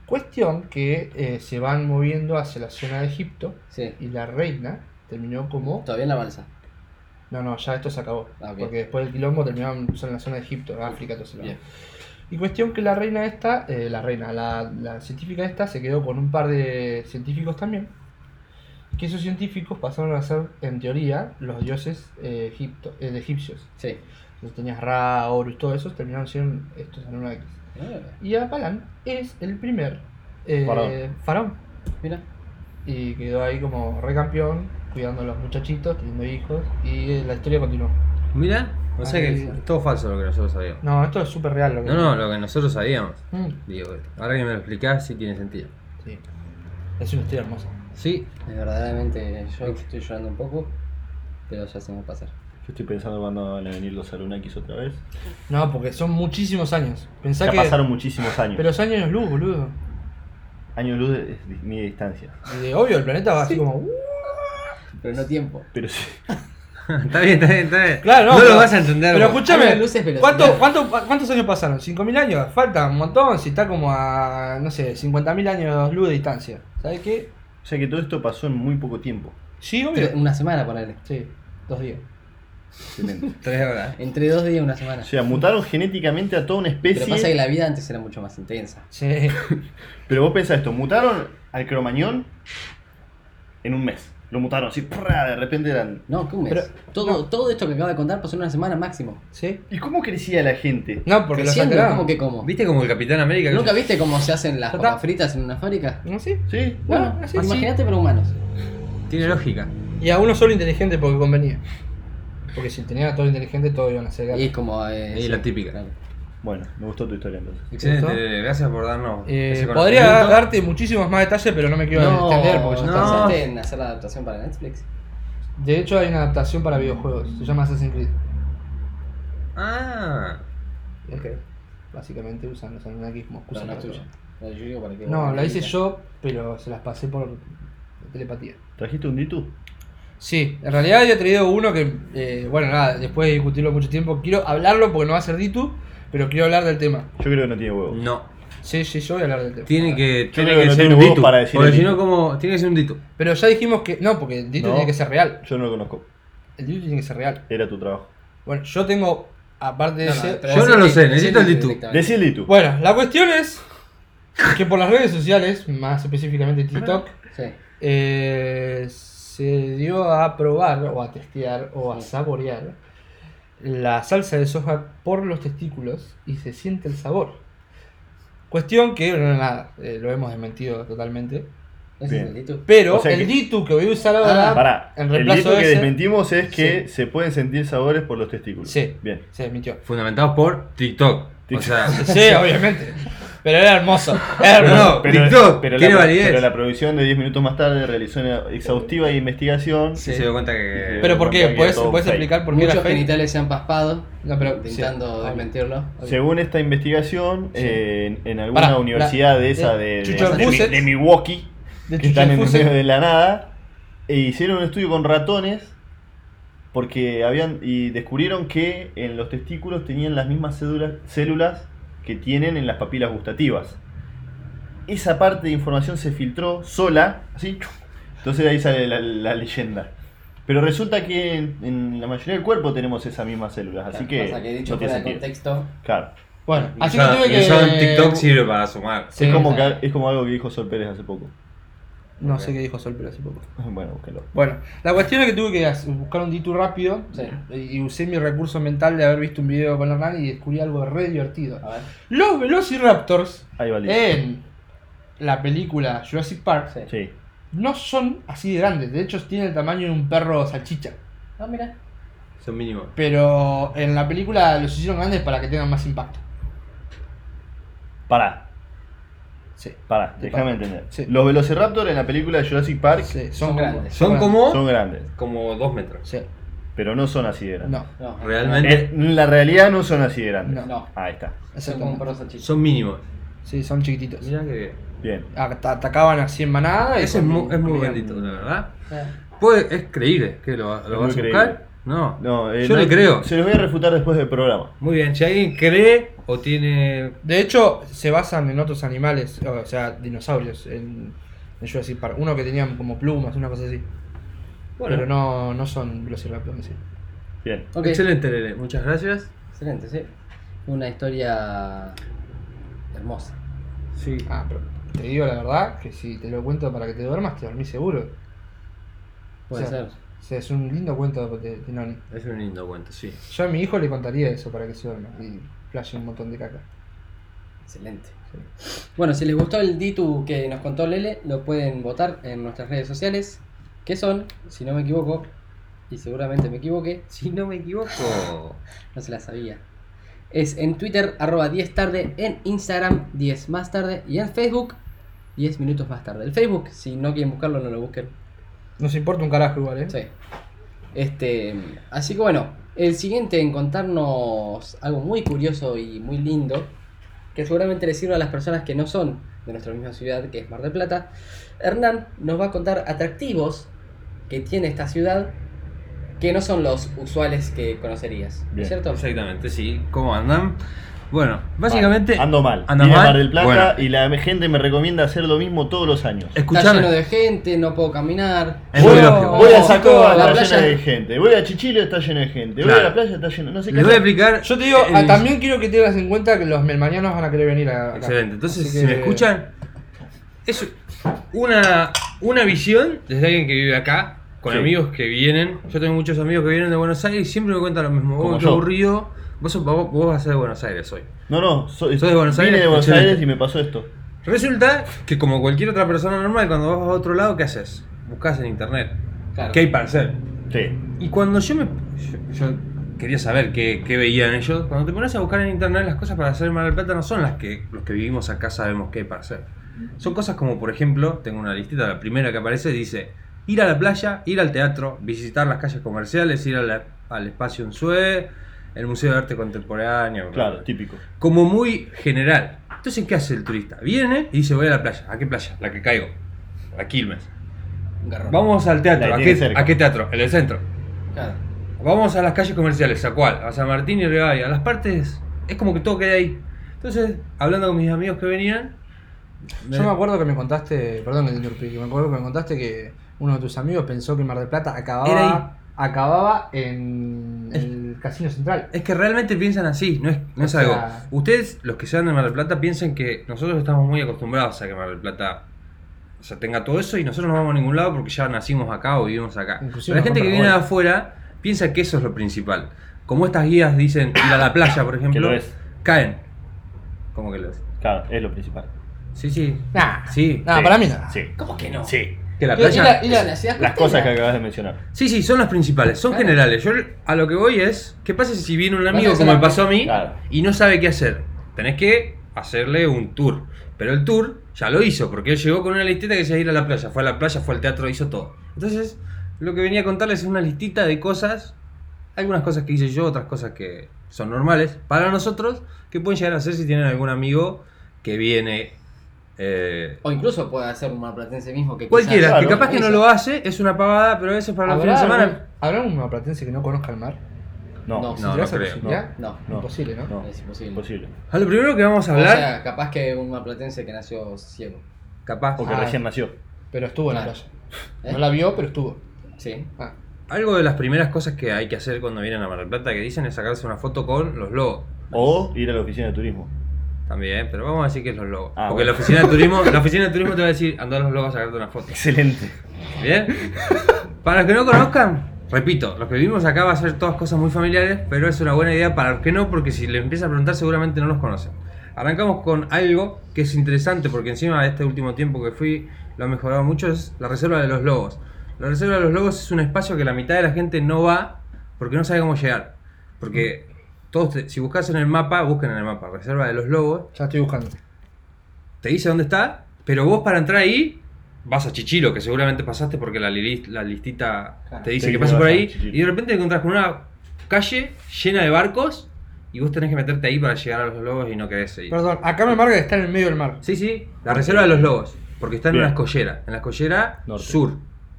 Speaker 5: Cuestión que eh, se van moviendo hacia la zona de Egipto.
Speaker 1: sí.
Speaker 5: Y la reina terminó como.
Speaker 1: Todavía en la balsa.
Speaker 5: No, no, ya esto se acabó.
Speaker 1: Ah, ok.
Speaker 5: Porque después del quilombo terminaron en la zona de Egipto, África, todo eso.
Speaker 1: Bien.
Speaker 5: Y cuestión que la reina esta, eh, la reina, la, la científica esta se quedó con un par de científicos también. que esos científicos pasaron a ser, en teoría, los dioses eh, egipto- eh, de egipcios.
Speaker 1: Sí.
Speaker 5: Entonces tenías Ra, Horus, todo eso, terminaron siendo estos Anunnakis.
Speaker 1: Ah,
Speaker 5: Y Apalán es el primer eh,
Speaker 2: Faraón.
Speaker 5: faraón.
Speaker 1: mira.
Speaker 5: Y quedó ahí como recampeón, cuidando a los muchachitos, teniendo hijos, y eh, la historia continuó.
Speaker 4: Mira, o sea que
Speaker 5: Ahí.
Speaker 4: es todo falso lo que nosotros sabíamos.
Speaker 5: No, esto es súper real lo que
Speaker 4: No, no, lo que nosotros sabíamos.
Speaker 5: Mm,
Speaker 4: Digo, ahora que me lo explicás, sí tiene sentido.
Speaker 5: sí. Es una historia hermosa.
Speaker 4: Sí,
Speaker 1: Es verdaderamente, yo estoy llorando un poco, pero ya se me va a pasar.
Speaker 2: Yo estoy pensando cuando van a venir los Arunaquis otra vez.
Speaker 5: No, porque son muchísimos años. Pensá
Speaker 2: Ya
Speaker 5: que.
Speaker 2: pasaron muchísimos años.
Speaker 5: Pero es años luz, boludo.
Speaker 2: Años luz es di- mide distancia.
Speaker 5: Y de obvio, el planeta va así como. "Uh".
Speaker 1: Pero no tiempo.
Speaker 2: Pero sí.
Speaker 4: (laughs) está bien, está bien, está bien.
Speaker 5: Claro, no.
Speaker 4: no
Speaker 5: pero-
Speaker 4: lo vas a entender.
Speaker 5: Pero
Speaker 4: vos.
Speaker 5: escúchame.
Speaker 1: Años luz es velocidad.
Speaker 5: ¿cuánto- cuánto- ¿Cuántos años pasaron? ¿5.000 años? Falta un montón. Si está como a, no sé, 50.000 años luz de distancia. ¿Sabes qué?
Speaker 2: O sea que todo esto pasó en muy poco tiempo.
Speaker 5: Sí, obvio.
Speaker 1: Tre- Una semana, ponele.
Speaker 4: mm.
Speaker 5: Sí, dos días.
Speaker 2: Excelente.
Speaker 4: Tres horas.
Speaker 1: Entre dos días, una semana.
Speaker 2: O sea, mutaron genéticamente a toda una
Speaker 1: Pero
Speaker 2: especie. Pero,
Speaker 1: pasa que la vida antes era mucho más intensa.
Speaker 5: Sí. (laughs)
Speaker 2: vos pensás esto, mutaron al cromañón en un mes. Lo mutaron así, ¡prra! de repente eran.
Speaker 1: No, que un mes.
Speaker 5: Pero-
Speaker 1: todo, todo esto que acabo de contar pasó en una semana máximo.
Speaker 5: ¿Sí?
Speaker 2: ¿Y cómo crecía la gente?
Speaker 5: No, porque los
Speaker 1: Creciendo,
Speaker 5: alteraron.
Speaker 1: ¿cómo que cómo?
Speaker 4: ¿Viste como el Capitán América? que
Speaker 1: ¿Nunca
Speaker 4: yo-
Speaker 1: viste cómo se hacen las
Speaker 5: Ya está.
Speaker 1: papas fritas en una fábrica?
Speaker 5: ¿No sí?
Speaker 2: ¿Sí?
Speaker 1: Bueno,
Speaker 5: así sí.
Speaker 1: imagínate pero humanos.
Speaker 4: Tiene lógica.
Speaker 5: Y a uno solo inteligente porque convenía. Porque si tenía a todo inteligente, todos iban a ser
Speaker 1: Y
Speaker 5: gatos.
Speaker 1: es como... eh,
Speaker 4: Y la típica.
Speaker 2: Bueno, me gustó tu historia entonces.
Speaker 4: Excelente,
Speaker 5: ¿Te
Speaker 4: gracias por darnos.
Speaker 5: Eh,
Speaker 4: ese
Speaker 5: podría
Speaker 4: conocimiento.
Speaker 5: darte muchísimos más detalles, pero no me quiero
Speaker 1: No,
Speaker 5: extender porque ya
Speaker 1: no
Speaker 5: está.
Speaker 1: pensaste en hacer la adaptación para Netflix.
Speaker 5: De hecho, hay una adaptación para videojuegos. Se llama Assassin's Creed.
Speaker 4: Ah,
Speaker 5: Es que básicamente usan los Anunnakis como excusa
Speaker 1: No, no es
Speaker 5: para
Speaker 1: tuya.
Speaker 5: todo.
Speaker 1: No, yo digo para que
Speaker 5: No,
Speaker 1: vos
Speaker 5: la hice
Speaker 1: digas.
Speaker 5: yo, pero se las pasé por telepatía.
Speaker 2: ¿Trajiste un Ditu?
Speaker 5: Sí, en realidad había traído uno que, eh, bueno, nada, después de discutirlo mucho tiempo, quiero hablarlo porque no va a ser Ditu, pero quiero hablar del tema.
Speaker 2: Yo creo que no tiene huevo.
Speaker 5: Mm.
Speaker 4: no.
Speaker 5: Sí, sí, yo voy a hablar del tema.
Speaker 4: Tiene que, tiene
Speaker 2: creo que
Speaker 4: que
Speaker 2: no
Speaker 4: ser
Speaker 2: tiene
Speaker 4: un
Speaker 2: huevos
Speaker 4: ditu.
Speaker 2: para decir
Speaker 4: Porque
Speaker 2: el
Speaker 4: si
Speaker 2: ditu.
Speaker 4: no, como. Tiene que ser un ditu.
Speaker 5: Pero ya dijimos que, no, porque el Ditu
Speaker 2: No.
Speaker 5: tiene que ser real.
Speaker 2: Yo no lo conozco.
Speaker 5: El Ditu tiene que ser real.
Speaker 2: Era tu trabajo.
Speaker 5: Bueno, yo tengo, aparte de
Speaker 1: No, no,
Speaker 5: ese...
Speaker 1: pero
Speaker 4: Yo
Speaker 1: decí-
Speaker 4: no lo sé,
Speaker 1: decí
Speaker 4: necesito el Ditu.
Speaker 1: directamente.
Speaker 2: Decí el Ditu.
Speaker 5: Bueno, la cuestión es que por las redes sociales, más específicamente TikTok,
Speaker 1: Sí.
Speaker 5: eh, se dio a probar o a testear o a saborear la salsa de soja por los testículos y se siente el sabor. Cuestión que, bueno, nada, eh, lo hemos desmentido totalmente.
Speaker 1: Ese es
Speaker 2: Bien.
Speaker 1: el Ditu.
Speaker 5: Pero
Speaker 2: O sea
Speaker 5: el
Speaker 2: que-
Speaker 5: Ditu que voy a usar ahora,
Speaker 1: Ah,
Speaker 2: Pará,
Speaker 5: en
Speaker 2: el
Speaker 5: reemplazo
Speaker 2: Ditu
Speaker 5: de
Speaker 2: que
Speaker 5: ese-
Speaker 2: desmentimos es que
Speaker 5: Sí.
Speaker 2: se pueden sentir sabores por los testículos.
Speaker 5: Sí.
Speaker 2: Bien.
Speaker 5: se
Speaker 2: (laughs)
Speaker 5: desmintió.
Speaker 4: Fundamentado por TikTok. O
Speaker 2: TikTok. (laughs)
Speaker 4: sea,
Speaker 5: Sí, obviamente. Pero era hermoso. Era
Speaker 4: Pero
Speaker 5: hermoso.
Speaker 4: no, TikTok, tiene
Speaker 2: la,
Speaker 4: validez.
Speaker 2: pero la producción de 10 minutos más tarde realizó una exhaustiva investigación.
Speaker 4: sí se dio cuenta que.
Speaker 5: Pero ¿por qué?
Speaker 2: Bancaria,
Speaker 5: ¿Puedes,
Speaker 2: todo
Speaker 5: puedes
Speaker 2: fake.
Speaker 5: explicar por qué era
Speaker 1: Muchos
Speaker 5: fake?
Speaker 1: genitales se han paspado,
Speaker 5: No, pero-
Speaker 1: intentando
Speaker 5: sí.
Speaker 1: desmentirlo.
Speaker 2: Según esta investigación, eh, en, en alguna
Speaker 5: Pará,
Speaker 2: universidad
Speaker 5: la-
Speaker 2: de esa
Speaker 5: eh,
Speaker 2: de, de,
Speaker 5: Chucho
Speaker 2: de Mi-
Speaker 5: Fusets.
Speaker 2: de Milwaukee,
Speaker 5: De
Speaker 2: que están en el
Speaker 5: Chuchufuse.
Speaker 2: medio de la nada, e hicieron un estudio con ratones porque habían y descubrieron que en los testículos tenían las mismas cédulas- células que tienen en las papilas gustativas. Esa parte de información se filtró sola, así. chu. Entonces de ahí sale la, la leyenda. Pero resulta que en, en la mayoría del cuerpo tenemos esas mismas células, así que,
Speaker 1: Pasa que dicho
Speaker 2: no
Speaker 1: fuera
Speaker 2: tiene
Speaker 1: de
Speaker 2: sentido.
Speaker 1: contexto,
Speaker 2: Claro.
Speaker 5: Bueno, así que
Speaker 4: Usado-
Speaker 5: tuve que. eh,
Speaker 4: usado en TikTok sirve para sumar.
Speaker 5: Sí,
Speaker 2: Ah, es, como
Speaker 1: claro.
Speaker 2: que- es como algo que dijo Sol Pérez hace poco. (laughs)
Speaker 5: No sé qué dijo Sol, pero hace poco.
Speaker 2: Bueno, búsquelo.
Speaker 5: Bueno, la cuestión es que tuve que hacer- buscar un Ditu rápido
Speaker 1: Sí.
Speaker 5: y y usé mi recurso mental de haber visto un video con Hernán y descubrí algo re divertido.
Speaker 1: a ver.
Speaker 5: Los Velociraptors
Speaker 2: Ahí va el libro.
Speaker 5: en la película Jurassic Park
Speaker 2: Sí.
Speaker 5: no son así de grandes, de hecho tienen el tamaño de un perro salchicha.
Speaker 1: Ah, mira.
Speaker 4: Son mínimos.
Speaker 5: Pero en la película los hicieron grandes para que tengan más impacto.
Speaker 2: Pará,
Speaker 5: Sí.
Speaker 2: pará,
Speaker 5: De
Speaker 2: déjame
Speaker 5: pará.
Speaker 2: entender.
Speaker 5: Sí.
Speaker 2: Los Velociraptor en la película de Jurassic Park
Speaker 5: Sí,
Speaker 1: Son
Speaker 5: como-
Speaker 1: grandes.
Speaker 4: Son como.
Speaker 2: son grandes,
Speaker 4: Como dos metros.
Speaker 5: Sí,
Speaker 2: pero no son así de grandes.
Speaker 5: no,
Speaker 1: No,
Speaker 4: Realmente.
Speaker 2: En la realidad no son así de grandes.
Speaker 5: No.
Speaker 1: No,
Speaker 2: Ahí está.
Speaker 1: son como
Speaker 5: exactamente.
Speaker 1: perros salchichas.
Speaker 4: Son mínimos.
Speaker 5: Sí, son chiquititos.
Speaker 4: Mirá que.
Speaker 2: Bien.
Speaker 5: At- atacaban así en manada. y
Speaker 4: Eso es
Speaker 5: con-
Speaker 4: muy, es muy
Speaker 5: comían-
Speaker 4: bendito, la verdad.
Speaker 1: Eh.
Speaker 4: Puede, es creíble que lo, lo
Speaker 2: muy
Speaker 4: vas a
Speaker 2: creíble.
Speaker 4: buscar. No.
Speaker 2: No, eh,
Speaker 4: Yo
Speaker 2: no-
Speaker 4: le creo.
Speaker 2: Se los voy a refutar después del programa.
Speaker 4: Muy bien, si alguien cree o tiene.
Speaker 5: De hecho, se basan en otros animales, o sea, dinosaurios, en, en Jurassic Park. Uno que tenían como plumas, una cosa así.
Speaker 4: Bueno.
Speaker 5: Pero no, no son velociraptors. Sí.
Speaker 2: Bien.
Speaker 1: Ok,
Speaker 4: Excelente, Lele. Muchas gracias.
Speaker 1: excelente, sí. Una historia hermosa.
Speaker 4: Sí.
Speaker 5: Ah, pero te digo la verdad, que si te lo cuento para que te duermas, te dormís seguro.
Speaker 1: Puede
Speaker 5: O sea,
Speaker 1: ser.
Speaker 5: O sea, es un lindo cuento de, de Noni.
Speaker 4: Es un lindo cuento, sí.
Speaker 5: Yo a mi hijo le contaría eso para que se duerma y flashe un montón de caca.
Speaker 1: Excelente. Bueno, si les gustó el Ditu que nos contó Lele, lo pueden votar en nuestras redes sociales, que son, si no me equivoco, y seguramente me (laughs) equivoqué,
Speaker 4: Si no me equivoco.
Speaker 1: no se la sabía. Es en Twitter, arroba 10 tarde, en Instagram, 10 más tarde, y en Facebook, 10 minutos más tarde. El Facebook, si no quieren buscarlo, no lo busquen.
Speaker 5: Nos importa un carajo igual, ¿eh?
Speaker 1: Sí. Este, así que bueno, el siguiente en contarnos algo muy curioso y muy lindo, que seguramente le sirva a las personas que no son de nuestra misma ciudad, que es Mar del Plata, Hernán nos va a contar atractivos que tiene esta ciudad que no son los usuales que conocerías. ¿no
Speaker 2: Bien,
Speaker 1: es ¿Cierto?
Speaker 4: Exactamente, sí. ¿Cómo andan? Bueno, básicamente.
Speaker 2: ando mal.
Speaker 4: Ando
Speaker 2: Vine a
Speaker 4: mal.
Speaker 2: Mar del Plata
Speaker 4: Bueno.
Speaker 2: y la gente me recomienda hacer lo mismo todos los años.
Speaker 1: Está
Speaker 4: Escuchame.
Speaker 1: lleno de gente, no puedo caminar.
Speaker 4: Es
Speaker 2: voy,
Speaker 4: muy
Speaker 2: a,
Speaker 4: lógico.
Speaker 2: voy a
Speaker 1: Oh, la
Speaker 2: Sacoa, está
Speaker 1: playa-
Speaker 2: llena de gente. Voy a Chichilo, está lleno de gente. Voy a
Speaker 4: Claro.
Speaker 2: la playa, está lleno. No sé qué.
Speaker 4: Les voy a
Speaker 2: hacer.
Speaker 4: explicar.
Speaker 5: Yo te digo,
Speaker 4: el-
Speaker 5: ah, también quiero que tengas en cuenta que los melmanianos van a querer venir a. acá.
Speaker 4: Excelente. Entonces,
Speaker 5: Así
Speaker 4: si
Speaker 5: que-
Speaker 4: me escuchan, es una, una visión desde alguien que vive acá, con
Speaker 2: Sí.
Speaker 4: amigos que vienen. Yo tengo muchos amigos que vienen de Buenos Aires y siempre me cuentan lo mismo.
Speaker 2: Como
Speaker 4: Vos, qué
Speaker 2: yo.
Speaker 4: aburrido. Vos, sos- vos, vos vas a ser de Buenos Aires hoy.
Speaker 2: No, no, soy,
Speaker 4: ¿Sos de Buenos
Speaker 2: vine
Speaker 4: Aires?
Speaker 2: de Buenos
Speaker 4: Excelente.
Speaker 2: Aires y me pasó esto.
Speaker 4: Resulta que, como cualquier otra persona normal, cuando vas a otro lado, ¿qué haces? Buscas en internet.
Speaker 1: Claro.
Speaker 4: ¿Qué hay para hacer?
Speaker 2: Sí.
Speaker 4: Y cuando yo me. Yo, yo quería saber qué, qué veían ellos. Cuando te pones a buscar en internet, las cosas para hacer en Mar del Plata no son las que los que vivimos acá sabemos qué hay para hacer. Son cosas como, por ejemplo, tengo una listita, la primera que aparece dice ir a la playa, ir al teatro, visitar las calles comerciales, ir a la- al espacio en Sue, el Museo de Arte Contemporáneo.
Speaker 2: Claro, típico.
Speaker 4: Como muy general. Entonces, ¿qué hace el turista? Viene y dice voy a la playa. ¿A qué playa? La que caigo. La Quilmes.
Speaker 1: Un garrón.
Speaker 4: Vamos al
Speaker 2: La
Speaker 4: teatro.
Speaker 2: que
Speaker 4: ¿A
Speaker 2: tiene
Speaker 4: qué,
Speaker 2: cerca.
Speaker 4: ¿A qué teatro? En el centro.
Speaker 1: Claro.
Speaker 4: Vamos a las calles comerciales, ¿a cuál? A San Martín y Rivadavia. Las partes, es como que todo queda ahí. Entonces, hablando con mis amigos que venían, Eh.
Speaker 5: Yo me acuerdo que me contaste, perdón que te interrumpí, que me acuerdo que me contaste que uno de tus amigos pensó que Mar del Plata acababa,
Speaker 4: Era
Speaker 5: acababa en el Casino Central.
Speaker 4: es que realmente piensan así, no es, no es
Speaker 5: O
Speaker 4: algo.
Speaker 5: sea-
Speaker 4: Ustedes, los que sean de Mar del Plata, piensen que nosotros estamos muy acostumbrados a que Mar del Plata o sea, tenga todo eso y nosotros no vamos a ningún lado porque ya nacimos acá o vivimos acá.
Speaker 5: Inclusive
Speaker 4: Pero la gente que
Speaker 5: nos
Speaker 4: viene de
Speaker 5: compran
Speaker 4: afuera piensa que eso es lo principal. Como estas guías dicen ir a la playa, por ejemplo,
Speaker 2: lo es.
Speaker 4: caen. ¿Cómo que lo es?
Speaker 2: Claro, es lo principal.
Speaker 4: Sí, sí.
Speaker 5: Nah,
Speaker 4: Sí.
Speaker 5: nah,
Speaker 2: Sí,
Speaker 5: para mí no.
Speaker 2: Sí.
Speaker 1: Ah, ¿Cómo que no?
Speaker 2: Sí.
Speaker 4: Que la
Speaker 5: Pero
Speaker 4: playa.
Speaker 5: era-
Speaker 1: Es una ciudad
Speaker 2: Las
Speaker 1: costera.
Speaker 2: cosas que acabas de mencionar.
Speaker 4: Sí, sí, son las principales, son
Speaker 1: Claro.
Speaker 4: generales. Yo a lo que voy es, ¿qué pasa si viene un
Speaker 1: Bueno,
Speaker 4: amigo como
Speaker 1: eso
Speaker 4: me
Speaker 1: la-
Speaker 4: pasó a mí
Speaker 2: Claro.
Speaker 4: y no sabe qué hacer? Tenés que hacerle un tour. Pero el tour ya lo hizo, porque él llegó con una listita que decía ir a la playa, fue a la playa, fue al teatro, hizo todo. Entonces, lo que venía a contarles es una listita de cosas, algunas cosas que hice yo, otras cosas que son normales para nosotros, que pueden llegar a hacer si tienen algún amigo que viene... eh,
Speaker 1: O incluso puede hacer un marplatense mismo que quizás-
Speaker 4: cualquiera,
Speaker 2: Claro.
Speaker 4: que capaz que no lo hace, es una pavada, pero a veces para los fines
Speaker 5: ¿Habrá,
Speaker 4: de
Speaker 5: algún,
Speaker 4: semana...
Speaker 5: ¿Habrá un maplatense que no conozca el mar?
Speaker 2: No,
Speaker 1: No.
Speaker 5: Si te vas a
Speaker 4: creo.
Speaker 5: Cochinchá,
Speaker 1: No,
Speaker 2: No.
Speaker 5: Imposible, ¿no?
Speaker 2: No.
Speaker 1: es imposible.
Speaker 2: imposible.
Speaker 4: A lo primero que vamos a
Speaker 1: O
Speaker 4: hablar,
Speaker 1: sea, capaz que un marplatense que nació ciego.
Speaker 4: capaz,
Speaker 2: Porque
Speaker 5: Ah.
Speaker 2: recién nació.
Speaker 5: Pero estuvo en la
Speaker 1: Claro.
Speaker 5: playa.
Speaker 1: ¿Eh?
Speaker 5: No la vio, pero estuvo.
Speaker 1: Sí.
Speaker 5: Ah,
Speaker 4: algo de las primeras cosas que hay que hacer cuando vienen a Mar del Plata que dicen es sacarse una foto con los lobos.
Speaker 2: O ir a la oficina de turismo.
Speaker 4: También, pero vamos a decir que es los lobos.
Speaker 2: Ah,
Speaker 4: Porque
Speaker 2: bueno.
Speaker 4: la oficina de turismo, la oficina de turismo te va a decir, andá a los lobos a sacarte una foto.
Speaker 2: Excelente.
Speaker 4: ¿Bien? Para los que no conozcan, repito, los que vivimos acá va a ser todas cosas muy familiares, pero es una buena idea para los que no, porque si le empiezas a preguntar seguramente no los conocen. Arrancamos con algo que es interesante, porque encima de este último tiempo que fui lo ha mejorado mucho, es la Reserva de los Lobos. La Reserva de los Lobos es un espacio que la mitad de la gente no va porque no sabe cómo llegar. Porque todos, te- si buscas en el mapa, busquen en el mapa, Reserva de los Lobos,
Speaker 5: ya estoy buscando.
Speaker 4: te dice dónde está, pero vos para entrar ahí vas a Chichilo, que seguramente pasaste porque la, li- la listita
Speaker 1: Claro.
Speaker 4: te
Speaker 2: Sí,
Speaker 4: dice
Speaker 2: que
Speaker 4: que pases
Speaker 2: vas
Speaker 4: por
Speaker 2: a
Speaker 4: ahí
Speaker 2: Chichilo.
Speaker 4: y de repente te encontrás con una calle llena de barcos y vos tenés que meterte ahí para llegar a los lobos y no querés seguir.
Speaker 5: Perdón, acá me marca que está en el medio del mar.
Speaker 4: Sí, sí, la reserva de los lobos, porque está en
Speaker 2: Bien.
Speaker 4: una escollera, en la escollera
Speaker 2: Norte.
Speaker 4: sur,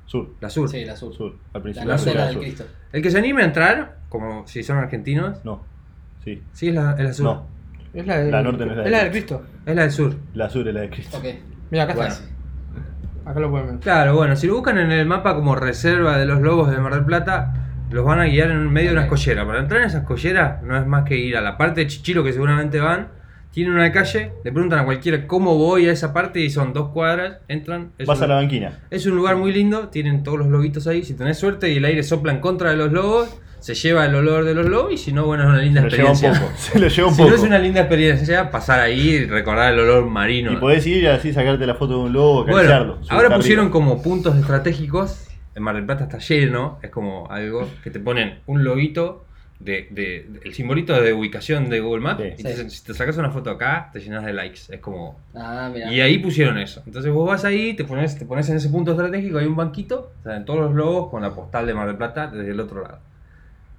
Speaker 2: Sur,
Speaker 4: la sur.
Speaker 1: Sí, la sur.
Speaker 2: sur. Al
Speaker 1: La
Speaker 2: principio.
Speaker 1: norte
Speaker 2: era
Speaker 1: era del
Speaker 2: sur.
Speaker 1: Cristo.
Speaker 4: El que se anime a entrar, como si son argentinos,
Speaker 2: No. Sí.
Speaker 4: sí, es la, es la sur.
Speaker 2: No.
Speaker 5: Es la, del,
Speaker 2: La norte no es la del
Speaker 5: del Cristo.
Speaker 4: Es la del sur.
Speaker 2: La sur es la de Cristo.
Speaker 1: Ok.
Speaker 5: Mira, acá
Speaker 4: Bueno.
Speaker 5: está. Acá lo pueden ver.
Speaker 4: Claro, bueno, si lo buscan en el mapa como reserva de los lobos de Mar del Plata, los van a guiar en medio de una
Speaker 1: Ok.
Speaker 4: escollera. Para entrar en esa escollera no es más que ir a la parte de Chichilo que seguramente van, tienen una calle, le preguntan a cualquiera cómo voy a esa parte y son dos cuadras, entran. es
Speaker 2: Vas
Speaker 4: un-
Speaker 2: a la banquina.
Speaker 4: es un lugar muy lindo, tienen todos los lobitos ahí. Si tenés suerte y el aire sopla en contra de los lobos, se lleva el olor de los lobos y si no, bueno, es una linda
Speaker 2: Se lo lleva un
Speaker 4: experiencia.
Speaker 2: poco. (laughs) Se lo lleva un
Speaker 4: si
Speaker 2: poco.
Speaker 4: no es una linda experiencia, pasar ahí y recordar el olor marino.
Speaker 2: Y podés ir y así sacarte la foto de un lobo, acariciarlo.
Speaker 4: bueno,
Speaker 2: subirte
Speaker 4: ahora
Speaker 2: arriba.
Speaker 4: pusieron como puntos estratégicos. En Mar del Plata está lleno, es como algo que te ponen un loguito. De, de- de- el simbolito de ubicación de Google Maps
Speaker 2: Sí.
Speaker 4: y te-
Speaker 1: Sí.
Speaker 4: si te sacas una foto acá te llenas de likes es como
Speaker 1: Ah, mira.
Speaker 4: y ahí pusieron eso. Entonces vos vas ahí, te pones, te pones en ese punto estratégico, hay un banquito, salen todos los lobos con la postal de Mar del Plata desde el otro lado.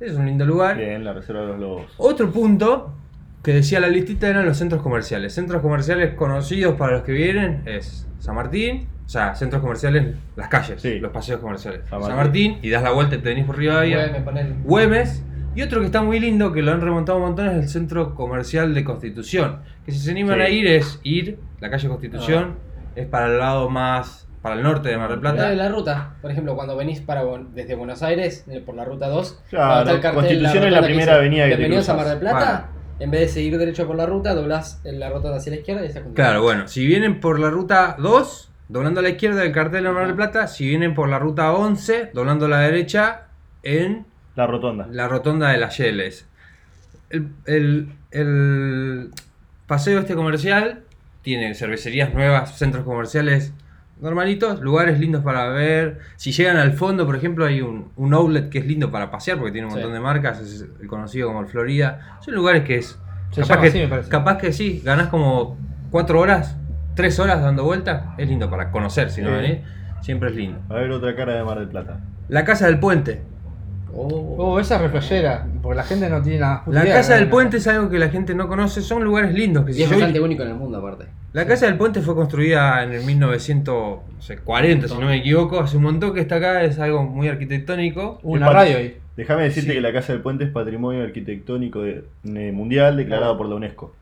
Speaker 4: Es un lindo lugar.
Speaker 2: Bien, la reserva de los lobos.
Speaker 4: Otro punto que decía la listita eran los centros comerciales. Centros comerciales conocidos para los que vienen es San Martín, o sea, centros comerciales, las calles,
Speaker 2: Sí.
Speaker 4: los paseos comerciales. San
Speaker 2: San
Speaker 4: Martín.
Speaker 2: Martín.
Speaker 4: y das la vuelta y te venís por Rivadavia.
Speaker 5: Güey, me ponen-
Speaker 4: Güemes. Y otro que está muy lindo, que lo han remontado un montón, es el Centro Comercial de Constitución. Que si se animan
Speaker 2: Sí.
Speaker 4: a ir, es ir, la calle Constitución, es para el lado más, para el norte de Mar del
Speaker 1: La,
Speaker 4: Plata.
Speaker 1: la ruta, por ejemplo, cuando venís para Bu- desde Buenos Aires, eh, por la ruta 2,
Speaker 2: Claro,
Speaker 1: cuando está el cartel,
Speaker 2: Constitución es la
Speaker 1: rotonda que
Speaker 2: primera
Speaker 1: dice,
Speaker 2: avenida que te
Speaker 1: Bienvenidos a
Speaker 2: cruzas".
Speaker 1: Mar del Plata, en vez de seguir derecho por la ruta, doblás en la rotonda hacia la izquierda y esa
Speaker 4: Claro, bueno, si vienen por la ruta 2, doblando a la izquierda del cartel de Mar del Plata, si vienen por la ruta 11, doblando a la derecha en
Speaker 2: La rotonda.
Speaker 4: la rotonda de las Yeles. El, el- el paseo este comercial tiene cervecerías nuevas, centros comerciales normalitos, lugares lindos para ver. Si llegan al fondo, por ejemplo, hay un, un outlet que es lindo para pasear porque tiene un
Speaker 1: Sí.
Speaker 4: montón de marcas, es el conocido como el Florida. Son lugares que es...
Speaker 5: Se
Speaker 4: Capaz
Speaker 5: llama
Speaker 4: que,
Speaker 5: así, me parece.
Speaker 4: capaz que sí, ganás como cuatro horas, tres horas dando vueltas. Es lindo para conocer, si no
Speaker 2: Sí.
Speaker 4: venís. Siempre es lindo.
Speaker 2: A ver otra cara de Mar del Plata.
Speaker 4: La Casa del Puente.
Speaker 5: Oh, esa es reflejera, porque la gente no tiene nada.
Speaker 4: La Casa del Puente es algo que la gente no conoce, son lugares lindos. Que
Speaker 1: Y
Speaker 4: si
Speaker 1: es
Speaker 4: yo-
Speaker 1: bastante único en el mundo, aparte.
Speaker 4: La Casa del Puente fue construida en el 1940, si no me equivoco, hace un montón que está acá, es algo muy arquitectónico.
Speaker 5: Una
Speaker 2: Es pat-
Speaker 5: radio ahí.
Speaker 2: Déjame decirte
Speaker 4: Sí.
Speaker 2: que la Casa del Puente es patrimonio arquitectónico de- eh, mundial declarado por la UNESCO.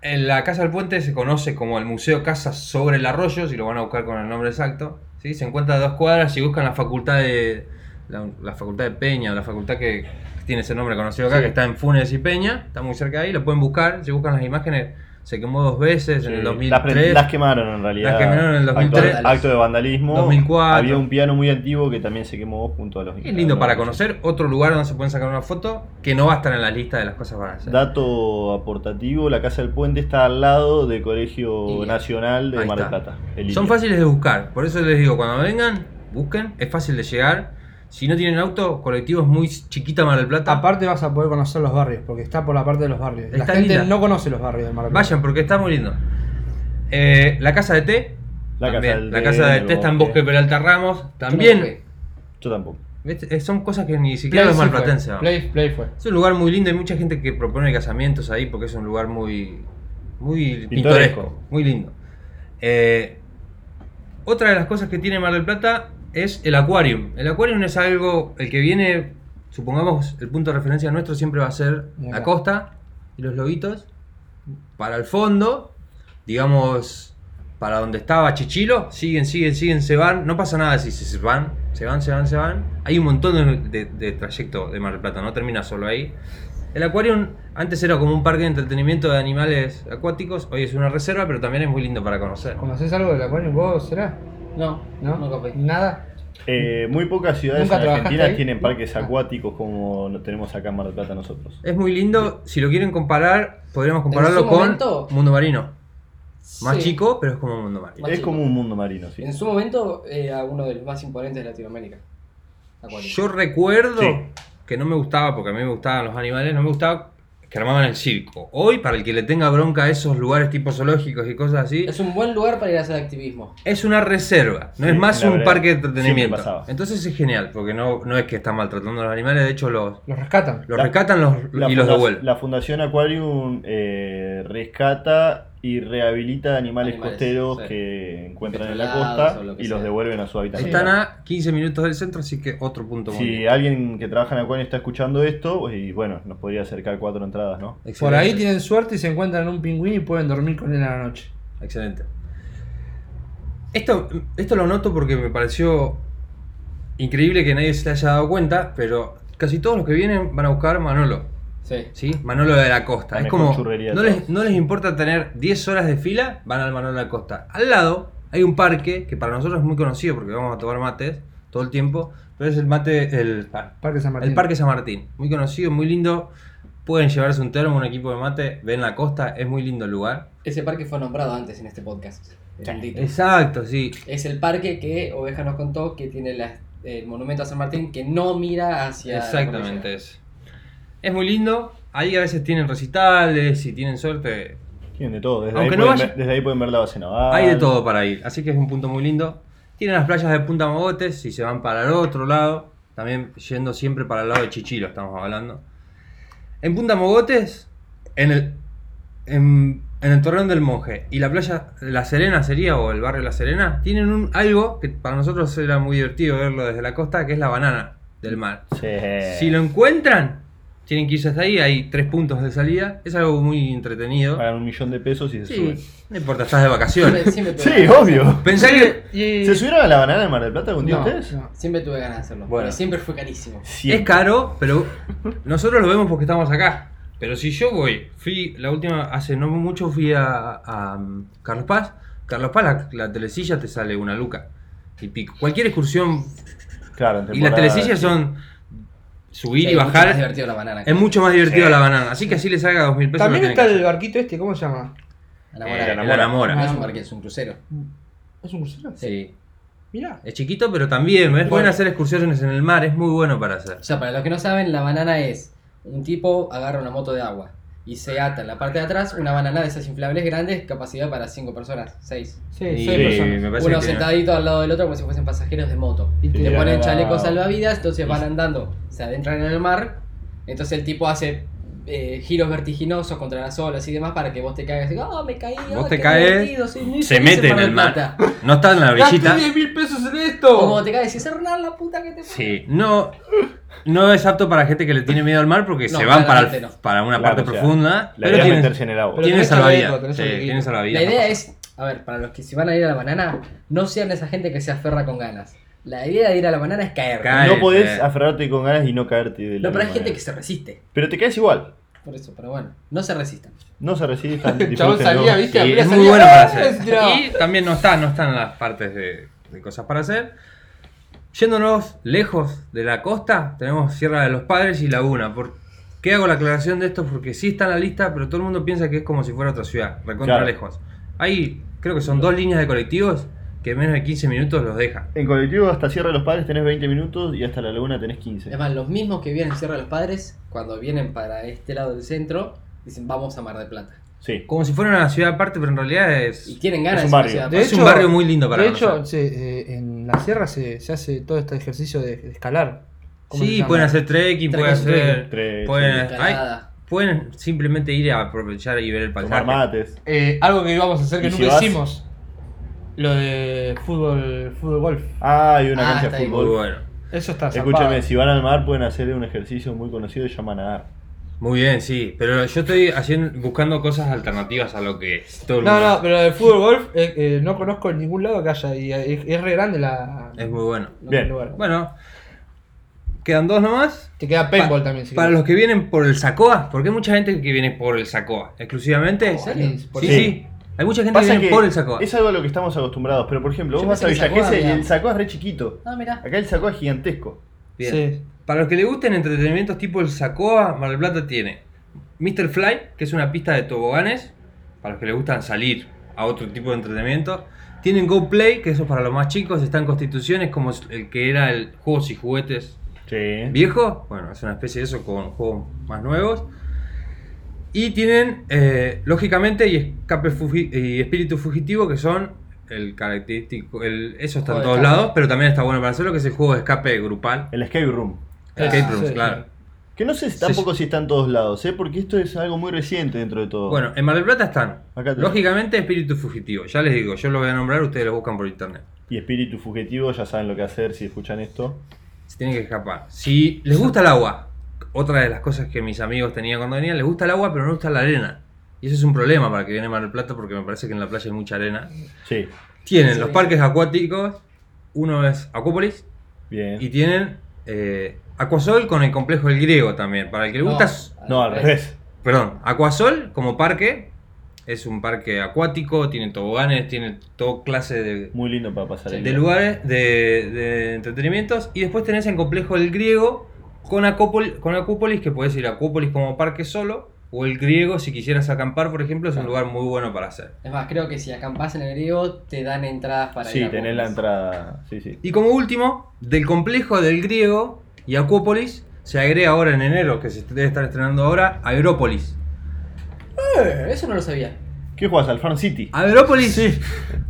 Speaker 4: En la Casa del Puente se conoce como el Museo Casa sobre el Arroyo, si lo van a buscar con el nombre exacto. ¿sí? Se encuentra a dos cuadras y buscan la facultad de la, la facultad de Peña, la facultad que tiene ese nombre conocido acá, que está en Funes y Peña, está muy cerca de ahí, lo pueden buscar, si buscan las imágenes, se quemó dos veces en el
Speaker 2: Sí.
Speaker 4: 2003.
Speaker 2: Las, pre- las quemaron en realidad.
Speaker 4: Las quemaron en el
Speaker 2: Acto-
Speaker 4: 2003.
Speaker 2: Acto, de vandalismo.
Speaker 4: 2004.
Speaker 2: Había un piano muy antiguo que también se quemó junto a los.
Speaker 4: Es lindo para conocer, otro lugar donde se pueden sacar una foto que no va a estar en la lista de las cosas para hacer.
Speaker 2: Dato aportativo: la Casa del Puente está al lado del Colegio
Speaker 1: Ilia.
Speaker 2: Nacional de
Speaker 4: Ahí
Speaker 2: Mar del
Speaker 4: está.
Speaker 2: Plata. el
Speaker 4: Son
Speaker 2: Ilia.
Speaker 4: fáciles de buscar, por eso les digo, cuando vengan, busquen, es fácil de llegar. Si no tienen auto, colectivo es muy chiquita Mar del Plata.
Speaker 5: Aparte vas a poder conocer los barrios, porque está por la parte de los barrios. La
Speaker 4: Está
Speaker 5: gente
Speaker 4: linda.
Speaker 5: no conoce los barrios de Mar del Plata.
Speaker 4: Vayan porque está muy lindo. Eh, la casa de té.
Speaker 2: La Casa del
Speaker 4: también. La
Speaker 2: Té,
Speaker 4: casa de
Speaker 2: el
Speaker 4: té está en
Speaker 2: Bosque.
Speaker 4: Bosque Peralta Ramos.
Speaker 1: Yo no
Speaker 4: También.
Speaker 1: fui.
Speaker 2: Yo tampoco.
Speaker 4: ¿Ves? Eh, Son cosas que ni siquiera los
Speaker 5: sí fue.
Speaker 4: malplatenses van.
Speaker 5: Play, Play fue.
Speaker 4: Es un lugar muy lindo, hay mucha gente que propone casamientos ahí porque es un lugar muy, muy pintoresco,
Speaker 2: Pintoresco.
Speaker 4: muy lindo. Eh, otra de las cosas que tiene Mar del Plata es el acuarium. El acuarium es algo, el que viene, supongamos, el punto de referencia nuestro siempre va a ser
Speaker 5: Y
Speaker 4: la
Speaker 5: acá.
Speaker 4: costa y los lobitos. Para el fondo, digamos, para donde estaba Chichilo, siguen, siguen, siguen, se van. No pasa nada si se se van, se van, se van, se van. Hay un montón de, de- de trayecto de Mar del Plata, no termina solo ahí. El acuario antes era como un parque de entretenimiento de animales acuáticos, hoy es una reserva, pero también es muy lindo para conocer.
Speaker 5: ¿Conocés algo del acuario vos, será?
Speaker 1: No,
Speaker 5: ¿No?
Speaker 1: no, nunca fui.
Speaker 5: ¿Nada?
Speaker 2: Eh, muy pocas ciudades
Speaker 5: ¿Nunca
Speaker 2: en
Speaker 5: trabajaste
Speaker 2: Argentina
Speaker 5: ahí?
Speaker 2: tienen parques
Speaker 5: Ah.
Speaker 2: acuáticos como lo tenemos acá en Mar del Plata nosotros.
Speaker 4: Es muy lindo, si lo quieren comparar, podríamos
Speaker 1: En
Speaker 4: compararlo
Speaker 1: su
Speaker 4: con
Speaker 1: momento-
Speaker 4: Mundo Marino. Más
Speaker 1: Sí.
Speaker 4: chico, pero es como Mundo Marino.
Speaker 1: Más
Speaker 2: es
Speaker 1: chico.
Speaker 2: como un mundo marino, sí.
Speaker 1: En su momento era uno de los más imponentes de Latinoamérica. Acuario.
Speaker 4: Yo recuerdo
Speaker 2: Sí.
Speaker 4: que no me gustaba, porque a mí me gustaban los animales, no me gustaba que armaban el circo. Hoy, para el que le tenga bronca a esos lugares tipo zoológicos y cosas así,
Speaker 1: Es un buen lugar para ir a hacer activismo.
Speaker 4: es una reserva, no
Speaker 2: Sí,
Speaker 4: es más
Speaker 2: la
Speaker 4: un
Speaker 2: verdad,
Speaker 4: parque de
Speaker 2: siempre
Speaker 4: entretenimiento.
Speaker 2: pasaba.
Speaker 4: Entonces es genial, porque no, no es que están maltratando a los animales, de hecho los,
Speaker 5: ¿Los rescatan?
Speaker 4: los
Speaker 2: La-
Speaker 4: rescatan los,
Speaker 2: La
Speaker 4: y los
Speaker 2: funda-
Speaker 4: devuelven.
Speaker 2: La Fundación Aquarium eh, rescata y rehabilita animales,
Speaker 1: Animales,
Speaker 2: costeros
Speaker 1: sí.
Speaker 2: que encuentran en la
Speaker 1: Violados
Speaker 2: costa
Speaker 1: o lo que
Speaker 2: y los
Speaker 1: sea.
Speaker 2: devuelven a su hábitat.
Speaker 4: Están
Speaker 2: natural.
Speaker 4: a 15 minutos del centro, así que otro punto muy
Speaker 2: Si
Speaker 4: bien.
Speaker 2: alguien que trabaja en Aquarium está escuchando esto, y bueno, nos podría acercar cuatro entradas, ¿no?
Speaker 4: Excelente.
Speaker 5: Por ahí tienen suerte y se encuentran un pingüino y pueden dormir con él a la noche.
Speaker 4: Excelente. Esto, esto lo noto porque me pareció increíble que nadie se haya dado cuenta, pero casi todos los que vienen van a buscar Manolo.
Speaker 1: Sí.
Speaker 4: ¿sí? Manolo de la Costa.
Speaker 2: La
Speaker 4: es
Speaker 2: mejor
Speaker 4: como.
Speaker 2: churrería de
Speaker 4: No les,
Speaker 2: todas.
Speaker 4: no les importa tener 10 horas de fila, van al Manolo de la Costa. Al lado hay un parque que para nosotros es muy conocido porque vamos a tomar mates todo el tiempo, pero es el mate. El,
Speaker 5: Parque San Martín.
Speaker 4: el Parque San Martín. Muy conocido, muy lindo. Pueden llevarse un termo, un equipo de mate, ven la costa, es muy lindo el lugar.
Speaker 1: Ese parque fue nombrado antes en este podcast. el Andito. Es...
Speaker 4: Exacto, sí.
Speaker 1: el parque que Oveja nos contó que tiene la- el monumento a San Martín que no mira hacia. la
Speaker 4: Exactamente
Speaker 1: cordillera.
Speaker 4: eso. Es muy lindo. Ahí a veces tienen recitales, si tienen suerte,
Speaker 2: Tienen de todo. Desde,
Speaker 4: Aunque
Speaker 2: ahí,
Speaker 4: no
Speaker 2: pueden
Speaker 4: vaya-
Speaker 2: ver, desde ahí pueden ver la base naval.
Speaker 4: Hay de todo para ir, así que es un punto muy lindo. Tienen las playas de Punta Mogotes, si se van para el otro lado, también yendo siempre para el lado de Chichilo, estamos hablando. En Punta Mogotes, en el, en, en el Torreón del Monje y la playa La Serena sería, o el barrio La Serena, tienen un, algo que para nosotros era muy divertido verlo desde la costa, que es la banana del mar.
Speaker 2: Sí.
Speaker 4: Si lo encuentran, tienen que irse hasta ahí, hay tres puntos de salida, es algo muy entretenido.
Speaker 2: Pagan un millón de pesos y se
Speaker 4: Sí,
Speaker 2: suben.
Speaker 4: no importa, estás de vacaciones.
Speaker 1: (laughs) Siempre, siempre tuve
Speaker 2: Sí,
Speaker 1: ganas.
Speaker 2: obvio.
Speaker 4: Pensá que
Speaker 5: Y-
Speaker 2: ¿Se subieron a la banana de Mar del Plata algún día
Speaker 5: No,
Speaker 2: ustedes?
Speaker 5: no.
Speaker 1: Siempre tuve ganas de hacerlo.
Speaker 4: Bueno.
Speaker 1: Pero siempre fue carísimo.
Speaker 2: Siempre.
Speaker 4: es caro, pero nosotros lo vemos porque estamos acá. Pero si yo voy, fui la última, hace no mucho fui a, a um, Carlos Paz. Carlos Paz, la, la telesilla te sale una luca y pico. Cualquier excursión.
Speaker 2: Claro, en
Speaker 4: Y las
Speaker 2: temporada,
Speaker 4: telesillas
Speaker 2: sí.
Speaker 4: son subir
Speaker 1: Sí,
Speaker 4: y
Speaker 1: mucho más
Speaker 4: bajar.
Speaker 1: divertido la banana. que
Speaker 4: Es mucho más divertido
Speaker 2: Sí.
Speaker 4: la banana. Así que así le salga dos mil pesos.
Speaker 5: También
Speaker 4: lo tiene
Speaker 5: está
Speaker 4: que
Speaker 5: el
Speaker 4: hacer.
Speaker 5: barquito este, ¿cómo se llama?
Speaker 1: la
Speaker 4: Eh,
Speaker 1: banana.
Speaker 2: la
Speaker 4: el Anamora.
Speaker 1: No es un barquillo, es un crucero.
Speaker 5: ¿Es un crucero?
Speaker 1: Sí.
Speaker 5: Mirá.
Speaker 4: Es chiquito, pero también. ¿ves? Pueden
Speaker 1: Bueno.
Speaker 4: hacer excursiones en el mar. Es muy bueno para hacer.
Speaker 1: O sea, para los que no saben, la banana es un tipo agarra una moto de agua y se ata en la parte de atrás una banana de esas inflables grandes, capacidad para 5 personas, 6.
Speaker 5: Sí,
Speaker 4: Y
Speaker 5: seis personas.
Speaker 4: me parece que
Speaker 1: Uno
Speaker 4: tiene-
Speaker 1: sentadito al lado del otro como si fuesen pasajeros de moto.
Speaker 5: Y
Speaker 1: Y
Speaker 5: te-
Speaker 1: te
Speaker 2: Mirá,
Speaker 1: ponen
Speaker 2: wow.
Speaker 1: chalecos salvavidas, entonces van andando, se adentran en el mar, entonces el tipo hace eh, giros vertiginosos contra las olas y demás para que vos te caigas y digas, oh, me caí,
Speaker 4: Vos
Speaker 1: oh,
Speaker 4: te
Speaker 1: qué
Speaker 4: caes,
Speaker 1: divertido, soy muy
Speaker 4: Se
Speaker 1: feliz en
Speaker 4: mete en
Speaker 1: Mar
Speaker 4: el
Speaker 1: del
Speaker 4: mar. (laughs)
Speaker 1: Plata".
Speaker 4: No está en la
Speaker 5: ¡Gasté
Speaker 4: orillita.
Speaker 5: 10 mil pesos en
Speaker 1: Como
Speaker 5: esto!
Speaker 1: te caes y cerrar la puta que te
Speaker 4: Sí, no, no es apto para gente que le tiene miedo al mar porque
Speaker 1: No,
Speaker 4: se van para, el-
Speaker 1: claramente no.
Speaker 4: para una
Speaker 2: Claro,
Speaker 4: parte
Speaker 2: o sea,
Speaker 4: profunda.
Speaker 2: La
Speaker 4: Pero
Speaker 2: idea es
Speaker 4: tienen,
Speaker 2: meterse en el agua.
Speaker 5: Pero
Speaker 4: tienen
Speaker 5: tenés
Speaker 4: salvavidas.
Speaker 5: chaleco, tenés
Speaker 4: sí,
Speaker 5: chalequito.
Speaker 4: tienen salvavidas.
Speaker 1: La idea es, a ver, para los que si van a ir a la banana, no sean esa gente que se aferra con ganas. La idea de ir a la banana es caer.
Speaker 4: Caer.
Speaker 2: No podés
Speaker 4: Sí.
Speaker 2: aferrarte con ganas y no caerte de la
Speaker 1: No, pero hay
Speaker 2: misma
Speaker 1: gente
Speaker 2: manera.
Speaker 1: que se resiste.
Speaker 2: Pero te caes igual.
Speaker 1: Por eso, pero bueno, no se resistan.
Speaker 2: No
Speaker 1: (laughs)
Speaker 2: se resistan.
Speaker 5: El chabón
Speaker 2: disfrútenlo.
Speaker 5: salía, ¿viste?
Speaker 4: Sí,
Speaker 5: Abría,
Speaker 4: es muy
Speaker 5: salía,
Speaker 4: bueno
Speaker 5: ¡ah!
Speaker 4: para
Speaker 5: Se
Speaker 4: hacer.
Speaker 5: tiraba.
Speaker 4: Y también no está, no están las partes de, de cosas para hacer. Yéndonos lejos de la costa, tenemos Sierra de los Padres y Laguna. ¿Por qué hago la aclaración de esto? Porque sí está en la lista, pero todo el mundo piensa que es como si fuera otra ciudad, recontra
Speaker 2: Claro.
Speaker 4: lejos. Ahí creo que son dos líneas de colectivos que menos de 15 minutos los dejan.
Speaker 2: En colectivo hasta Sierra de los Padres tenés 20 minutos y hasta la laguna tenés 15.
Speaker 1: Es más, los mismos que vienen en Sierra de los Padres, cuando vienen para este lado del centro, dicen vamos a Mar del Plata.
Speaker 2: Sí.
Speaker 4: Como si fuera una ciudad aparte, pero en realidad
Speaker 1: Y
Speaker 4: es.
Speaker 1: tienen ganas
Speaker 2: Es un
Speaker 1: de
Speaker 2: barrio.
Speaker 1: ciudad
Speaker 4: es un barrio muy lindo para
Speaker 5: De hecho,
Speaker 4: conocer.
Speaker 5: se- eh, en la sierra se, se hace todo este ejercicio de, de escalar. ¿Cómo se
Speaker 4: Sí,
Speaker 5: llama?
Speaker 4: pueden hacer trekking, pueden
Speaker 1: Trekking,
Speaker 4: hacer.
Speaker 2: Tres,
Speaker 4: pueden,
Speaker 1: aparte.
Speaker 4: ay,
Speaker 1: Escalada.
Speaker 4: pueden simplemente ir a aprovechar y ver el
Speaker 2: tomar
Speaker 4: paisaje.
Speaker 2: mates.
Speaker 5: Eh, algo que íbamos a hacer que
Speaker 2: ¿Y si
Speaker 5: nunca
Speaker 2: vas?
Speaker 5: hicimos. Lo de fútbol, fútbol golf.
Speaker 2: Ah, hay una
Speaker 1: Ah,
Speaker 2: cancha
Speaker 1: está
Speaker 2: de
Speaker 1: ahí.
Speaker 4: Muy
Speaker 2: fútbol.
Speaker 4: bueno.
Speaker 5: Eso está
Speaker 2: Escúchame,
Speaker 5: zarpado.
Speaker 2: si van al mar pueden hacer un ejercicio muy conocido que se llama nadar.
Speaker 4: Muy bien, sí. Pero yo estoy haciendo, buscando cosas alternativas a lo que todo el
Speaker 5: No,
Speaker 4: mundo-
Speaker 5: no, pero de fútbol golf eh, eh, no conozco en ningún lado que haya. Y es, es re grande la.
Speaker 4: Es muy bueno.
Speaker 5: no,
Speaker 2: Bien.
Speaker 5: el lugar.
Speaker 4: Bueno, quedan dos nomás.
Speaker 5: Te queda paintball también. Si
Speaker 4: Para
Speaker 5: querés.
Speaker 4: los que vienen por el Sacoa, porque hay mucha gente que viene por el Sacoa exclusivamente.
Speaker 1: ¿En serio?
Speaker 4: Sí,
Speaker 5: Por
Speaker 4: sí,
Speaker 2: ahí.
Speaker 4: Hay mucha gente
Speaker 2: Pasa
Speaker 4: que viene
Speaker 2: que
Speaker 4: por el Sacoa.
Speaker 2: es algo a lo que estamos acostumbrados, pero por ejemplo,
Speaker 1: Yo
Speaker 2: vos vas a
Speaker 1: pensé que
Speaker 2: Villa
Speaker 1: el Sacoa
Speaker 2: Gesell y
Speaker 1: había-
Speaker 2: el saco es re chiquito.
Speaker 1: Ah, mirá.
Speaker 2: Acá el saco es gigantesco.
Speaker 4: Bien.
Speaker 5: Sí.
Speaker 4: Para los que le gusten entretenimientos tipo el Sacoa, Mar del Plata tiene Mr. Fly, que es una pista de toboganes, para los que les gustan salir a otro tipo de entretenimiento. Tienen Go Play, que eso es para los más chicos, está en Constituciones, como el que era el Juegos y Juguetes
Speaker 2: Sí.
Speaker 4: viejo. Bueno, es una especie de eso con juegos más nuevos. Y tienen, eh, lógicamente, y escape fugi- y espíritu fugitivo, que son el característico. El, eso está en
Speaker 1: Juego de
Speaker 4: todos
Speaker 1: escape.
Speaker 4: lados, pero también está bueno para hacerlo, que es el juego de escape grupal.
Speaker 2: El escape room.
Speaker 1: Ah,
Speaker 4: escape rooms,
Speaker 5: sí.
Speaker 4: claro.
Speaker 2: Que no sé si-
Speaker 4: Sí,
Speaker 2: tampoco si está en todos lados, ¿eh? porque esto es algo muy reciente dentro de todo.
Speaker 4: Bueno, en Mar del Plata están.
Speaker 2: Acá te-
Speaker 4: Lógicamente, espíritu fugitivo. Ya les digo, yo lo voy a nombrar, ustedes lo buscan por internet.
Speaker 2: Y espíritu fugitivo, ya saben lo que hacer si escuchan esto.
Speaker 4: Se tienen que escapar. Si les gusta el agua, otra de las cosas que mis amigos tenían cuando venían, les gusta el agua, pero no les gusta la arena. Y eso es un problema para el que viene a Mar del Plata porque me parece que en la playa hay mucha arena.
Speaker 2: Sí,
Speaker 4: Tienen
Speaker 1: Sí.
Speaker 4: los parques acuáticos, uno es Acuópolis,
Speaker 2: bien.
Speaker 4: y tienen eh, Aquasol con el complejo del griego también. Para el que le gusta. s-
Speaker 1: Ah.
Speaker 2: No,
Speaker 1: eh,
Speaker 2: al revés.
Speaker 4: Perdón, Aquasol como parque. Es un parque acuático, tiene toboganes, tiene todo clase de,
Speaker 2: Muy lindo para pasar el
Speaker 4: de lugares, de, de entretenimientos. Y después tenés el complejo del griego con, Acópol- con Acúpolis, que podés ir a Acúpolis como parque solo. O el griego, si quisieras acampar, por ejemplo, es un lugar muy bueno para hacer.
Speaker 1: Es más, creo que si acampás en el griego, te dan entradas para ir
Speaker 2: Sí,
Speaker 1: a
Speaker 2: tenés la
Speaker 1: Polis.
Speaker 2: entrada. Sí, sí.
Speaker 4: Y como último, del complejo del griego y Acuópolis, se agrega ahora en enero, que se debe estar estrenando ahora, Aerópolis.
Speaker 1: Eh, eso no lo sabía.
Speaker 2: ¿Qué jugás? Al Farm City.
Speaker 4: Ah, Aerópolis,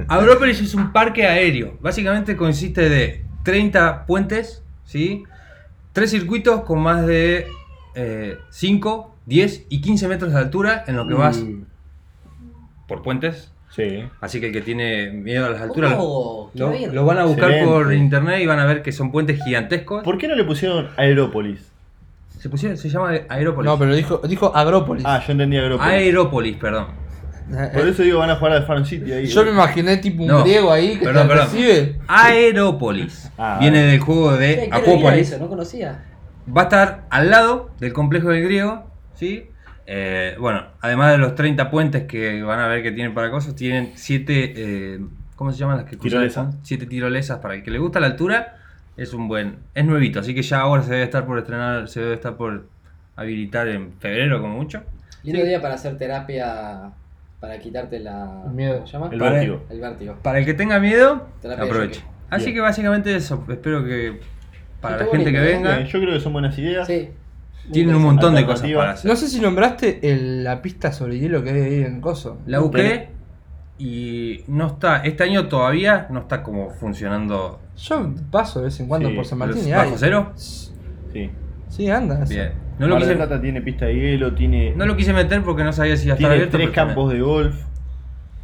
Speaker 4: Aerópolis es un parque aéreo. Básicamente consiste de 30 puentes, ¿sí? Tres circuitos con más de eh, 5, 10 y 15 metros de altura en lo
Speaker 1: Mm.
Speaker 4: que vas por puentes.
Speaker 2: Sí.
Speaker 4: Así que el que tiene miedo a las alturas lo-
Speaker 1: Oh, quiero
Speaker 4: lo,
Speaker 1: ir.
Speaker 4: lo van a buscar por
Speaker 2: Excelente.
Speaker 4: internet y van a ver que son puentes gigantescos.
Speaker 2: ¿Por qué no le pusieron Aerópolis?
Speaker 4: Se, pusieron- se llama Aerópolis.
Speaker 5: No, pero dijo, dijo Agrópolis.
Speaker 2: Ah, yo entendí Aerópolis.
Speaker 4: Aerópolis, perdón.
Speaker 5: Eh,
Speaker 2: Por eso digo, van a jugar al Farm City ahí. eh,
Speaker 5: Yo me imaginé tipo un
Speaker 4: No.
Speaker 5: griego ahí que
Speaker 4: Perdón,
Speaker 5: te
Speaker 4: perdón.
Speaker 5: recibe.
Speaker 4: Aerópolis.
Speaker 2: Ah,
Speaker 4: Viene del juego
Speaker 1: Sí,
Speaker 4: de
Speaker 1: quiero ir a
Speaker 4: Acópolis.
Speaker 1: eso, no conocía.
Speaker 4: Va a estar al lado del complejo del griego, ¿sí? Eh, bueno, además de los 30 puentes que van a ver que tienen para cosas, tienen 7, ¿cómo se llaman las que cruzan el
Speaker 2: Tirolesa.
Speaker 4: puente? Siete tirolesas. Para el que le gusta la altura, es un buen, es nuevito, así que ya ahora se debe estar por estrenar, se debe estar por habilitar en febrero como mucho.
Speaker 1: Lindo día para hacer terapia para quitarte la.
Speaker 5: El miedo.
Speaker 1: ¿Cómo se llama?
Speaker 2: El
Speaker 4: Para-
Speaker 2: vértigo.
Speaker 1: El vértigo.
Speaker 4: Para el que tenga miedo,
Speaker 1: Terapia de
Speaker 4: aproveche.
Speaker 1: choque.
Speaker 4: Así
Speaker 2: Bien.
Speaker 4: que básicamente eso, espero que para la
Speaker 1: Estuvo
Speaker 4: gente que
Speaker 1: lindo, ¿eh?
Speaker 4: venga...
Speaker 2: Bien, Yo creo que son buenas ideas.
Speaker 1: Sí.
Speaker 4: Tienen un montón de cosas
Speaker 2: Alternativas.
Speaker 4: para hacer.
Speaker 5: No sé si nombraste el- la pista sobre hielo que hay ahí en Coso.
Speaker 4: La busqué y no está. Este año todavía no está como funcionando.
Speaker 5: Yo paso de vez en cuando
Speaker 2: Sí,
Speaker 5: por San
Speaker 4: pero
Speaker 5: Martín
Speaker 4: es
Speaker 5: y hay.
Speaker 4: ¿Bajo cero?
Speaker 2: Sí.
Speaker 5: Sí, anda. sí.
Speaker 4: Bien. No lo,
Speaker 2: Mar del
Speaker 4: quise,
Speaker 2: Plata tiene pista de hielo, tiene,
Speaker 4: no lo quise meter porque no sabía si iba a estar
Speaker 2: tiene
Speaker 4: abierto.
Speaker 2: tres
Speaker 4: pero está
Speaker 2: campos de golf,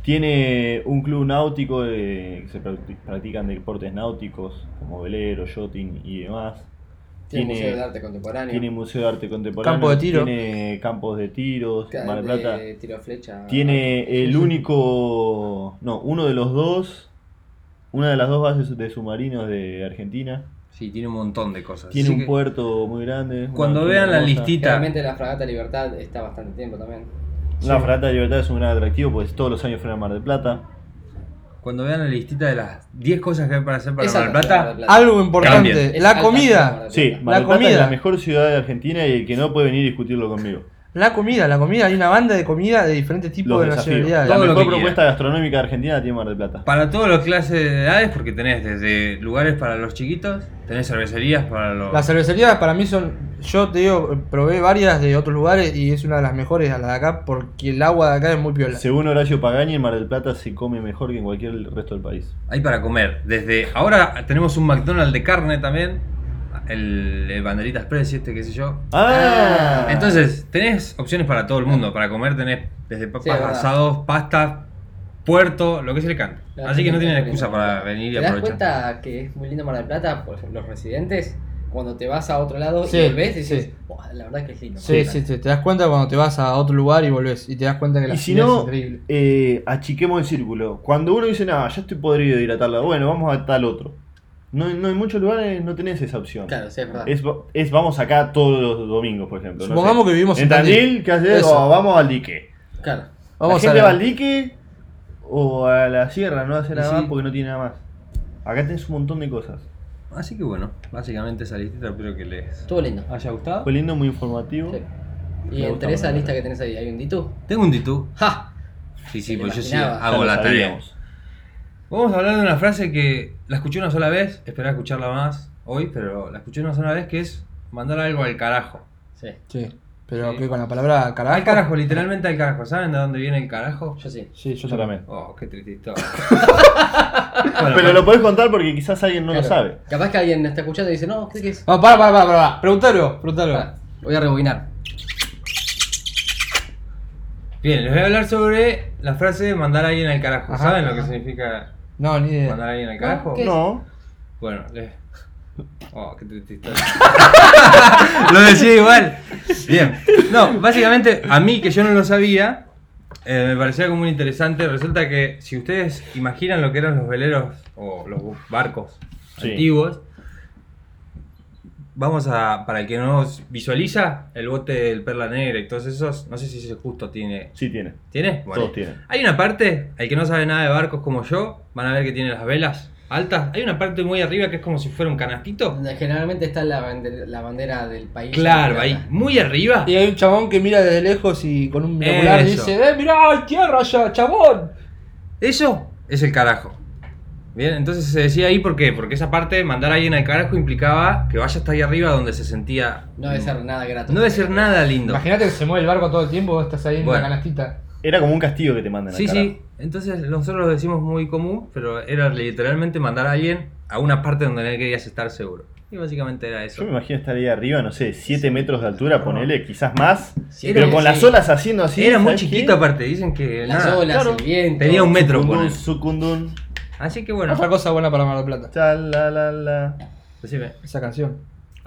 Speaker 2: tiene un club náutico de, que se practi- practican deportes náuticos como velero, yachting y demás.
Speaker 1: Tiene,
Speaker 2: Tiene-
Speaker 1: museo de arte contemporáneo.
Speaker 2: Tiene museo de arte contemporáneo,
Speaker 5: Campo de tiro.
Speaker 2: tiene campos de tiros,
Speaker 1: Ca-
Speaker 2: Mar del
Speaker 1: de
Speaker 2: Plata.
Speaker 1: tiro flecha.
Speaker 2: Tiene el
Speaker 5: sí.
Speaker 2: único, no, uno de los dos, una de las dos bases de submarinos de Argentina.
Speaker 4: bien. Sí, tiene un montón de cosas.
Speaker 2: Tiene
Speaker 4: Así
Speaker 2: un
Speaker 4: que
Speaker 2: puerto muy grande. una
Speaker 4: Cuando
Speaker 2: avenida
Speaker 4: vean la
Speaker 2: hermosa.
Speaker 4: listita.
Speaker 1: Realmente la fragata Libertad está bastante tiempo también.
Speaker 2: La Fragata de Libertad es un gran atractivo, pues todos los años fueron a Mar del Plata.
Speaker 4: Cuando vean la listita de las 10 cosas que hay para hacer para
Speaker 1: Es
Speaker 4: Mar del
Speaker 1: alta
Speaker 4: Plata.
Speaker 1: Mar del Plata.
Speaker 5: Algo importante,
Speaker 4: Cambien.
Speaker 1: Es
Speaker 5: la
Speaker 1: alta Mar
Speaker 5: comida.
Speaker 1: del
Speaker 2: Sí,
Speaker 1: Plata.
Speaker 2: Mar del
Speaker 5: La
Speaker 2: Plata es
Speaker 5: comida.
Speaker 2: la mejor ciudad de Argentina y el que no puede venir a discutirlo conmigo.
Speaker 5: (laughs) La comida, la comida. Hay una banda de comida de diferentes tipos
Speaker 2: Los
Speaker 5: de
Speaker 2: desafíos. La
Speaker 5: nacionalidades.
Speaker 4: Todo lo
Speaker 2: mejor
Speaker 4: que quieran.
Speaker 2: propuesta gastronómica de Argentina la tiene Mar del Plata.
Speaker 4: Para todas las clases de edades, porque tenés desde lugares para los chiquitos, tenés cervecerías para los.
Speaker 5: Las cervecerías para mí son, yo te digo, probé varias de otros lugares y es una de las mejores a la de acá porque el agua de acá es muy piola.
Speaker 2: Según Horacio Pagani, en Mar del Plata se come mejor que en cualquier resto del país.
Speaker 4: Hay para comer. Desde ahora tenemos un McDonald's de carne también. El, el Banderita Express, y este, qué sé yo.
Speaker 2: ¡Ah!
Speaker 4: Entonces, tenés opciones para todo el mundo. Para comer tenés desde papas
Speaker 1: Sí, es verdad.
Speaker 4: asados, pastas, puerto, lo que se le cante.
Speaker 1: La
Speaker 4: Así que no
Speaker 1: Argentina
Speaker 4: tienen
Speaker 1: es
Speaker 4: excusa
Speaker 1: linda.
Speaker 4: para venir y
Speaker 1: ¿Te das
Speaker 4: aprovechar.
Speaker 1: cuenta que es muy lindo Mar del Plata? Por los residentes, cuando te vas a otro lado
Speaker 5: Sí,
Speaker 1: y volvés, dices,
Speaker 5: sí.
Speaker 1: "Buah, la verdad que es lindo.
Speaker 5: Sí, sí, sí, te das cuenta cuando te vas a otro lugar y volvés y te das cuenta que la
Speaker 2: Y si
Speaker 5: ciudad es
Speaker 2: no,
Speaker 5: increíble.
Speaker 2: eh, achiquemos el círculo. Cuando uno dice, nada, ya estoy podrido de ir a tal lado, bueno, vamos a tal otro. No, no, en muchos lugares no tenés esa opción.
Speaker 1: Claro, sí, es verdad.
Speaker 2: Es, es vamos acá todos los domingos, por ejemplo. no sé.
Speaker 5: Supongamos que vivimos
Speaker 2: en Tandil. ¿Qué haces?
Speaker 5: Eso.
Speaker 2: O vamos al dique.
Speaker 1: Claro.
Speaker 5: Vamos
Speaker 2: la
Speaker 5: a
Speaker 2: gente
Speaker 5: la-
Speaker 2: va al dique o a la sierra, no hace
Speaker 5: Y
Speaker 2: nada
Speaker 5: sí.
Speaker 2: más porque no tiene nada más. Acá tenés un montón de cosas.
Speaker 4: Así que bueno, básicamente esa listita espero que les
Speaker 1: Estuvo lindo.
Speaker 4: haya gustado.
Speaker 2: Fue lindo, muy informativo.
Speaker 1: Sí.
Speaker 2: Me
Speaker 1: Y
Speaker 2: gusta
Speaker 1: entre esa
Speaker 2: Mar del
Speaker 1: lista
Speaker 2: Plata.
Speaker 1: que tenés ahí, ¿hay un Ditú?
Speaker 4: Tengo un titú.
Speaker 1: ¡Ja!
Speaker 4: Sí, sí,
Speaker 1: Me
Speaker 4: pues yo sí
Speaker 1: imaginaba.
Speaker 2: Ya
Speaker 4: hago
Speaker 2: lo
Speaker 4: la tarea.
Speaker 2: sabíamos.
Speaker 4: Vamos a hablar de una frase que la escuché una sola vez, esperaba escucharla más hoy, pero la escuché una sola vez que es mandar algo al carajo.
Speaker 1: Sí,
Speaker 5: Sí, pero
Speaker 4: Sí.
Speaker 5: que con la palabra carajo.
Speaker 4: Al carajo, literalmente al carajo. ¿Saben de dónde viene el carajo?
Speaker 1: yo sí.
Speaker 5: Sí, yo
Speaker 2: Yo
Speaker 5: también.
Speaker 2: también.
Speaker 4: Oh, qué triste historia.
Speaker 2: (laughs) Pero lo podés contar porque quizás alguien no
Speaker 1: Claro.
Speaker 2: lo sabe.
Speaker 1: Capaz que alguien está escuchando y dice, no, ¿qué qué es?
Speaker 5: No, para, para, para, para. Preguntalo, preguntalo.
Speaker 4: Ah.
Speaker 1: Pará, Voy a rebobinar.
Speaker 4: Bien, les voy a hablar sobre la frase de mandar a alguien al carajo.
Speaker 5: Ajá.
Speaker 4: ¿Saben lo que significa
Speaker 5: No, ni idea.
Speaker 4: mandar a alguien al carajo?
Speaker 1: ¿qué?
Speaker 2: No.
Speaker 4: Bueno, les... Oh, qué triste historia. (laughs) lo decía igual. Bien. No, básicamente, a mí que yo no lo sabía, eh, me parecía como muy interesante. Resulta que si ustedes imaginan lo que eran los veleros o los barcos
Speaker 2: Sí.
Speaker 4: antiguos, Vamos a, para el que no visualiza, el bote del Perla Negra y todos esos, no sé si ese justo tiene.
Speaker 2: Sí tiene,
Speaker 4: ¿Tiene?
Speaker 2: todos tienen.
Speaker 4: Hay una parte, el que no sabe nada de barcos como yo, van a ver que tiene las velas altas. Hay una parte muy arriba que es como si fuera un canastito.
Speaker 1: Donde Generalmente está la bandera, la bandera del país.
Speaker 4: Claro, ahí, muy arriba.
Speaker 5: Y hay un chabón que mira desde lejos y con un binocular
Speaker 4: Eso.
Speaker 5: dice, ¡eh, mirá, hay tierra allá, chabón!
Speaker 4: Eso es el carajo. Bien, entonces se decía ahí por qué, porque esa parte, mandar a alguien al carajo implicaba que vaya hasta ahí arriba donde se sentía...
Speaker 1: No debe ser nada grato.
Speaker 4: No debe ser nada lindo.
Speaker 5: Imagínate que se mueve el barco todo el tiempo, vos estás ahí en
Speaker 4: Bueno.
Speaker 5: una canastita.
Speaker 2: Era como un castigo que te mandan
Speaker 4: Sí,
Speaker 2: al carajo.
Speaker 4: sí. Entonces nosotros lo decimos muy común, pero era literalmente mandar a alguien a una parte donde no querías estar seguro. Y básicamente era eso.
Speaker 2: Yo me imagino estar ahí arriba, no sé, 7 metros de altura, ponele, quizás más.
Speaker 1: Sí,
Speaker 2: pero
Speaker 1: era-
Speaker 2: con las
Speaker 1: sí.
Speaker 2: olas haciendo así.
Speaker 4: era muy
Speaker 2: ¿sabes qué?
Speaker 4: chiquito aparte, dicen que...
Speaker 1: Las
Speaker 4: nada.
Speaker 1: olas,
Speaker 2: claro.
Speaker 1: el viento.
Speaker 4: Tenía un metro,
Speaker 2: Sucundún,
Speaker 4: ponen.
Speaker 2: sucundún.
Speaker 4: Así que bueno,
Speaker 5: Otra cosa buena para Mar del Plata,
Speaker 2: Cha, la, la, la.
Speaker 4: decime.
Speaker 5: esa canción.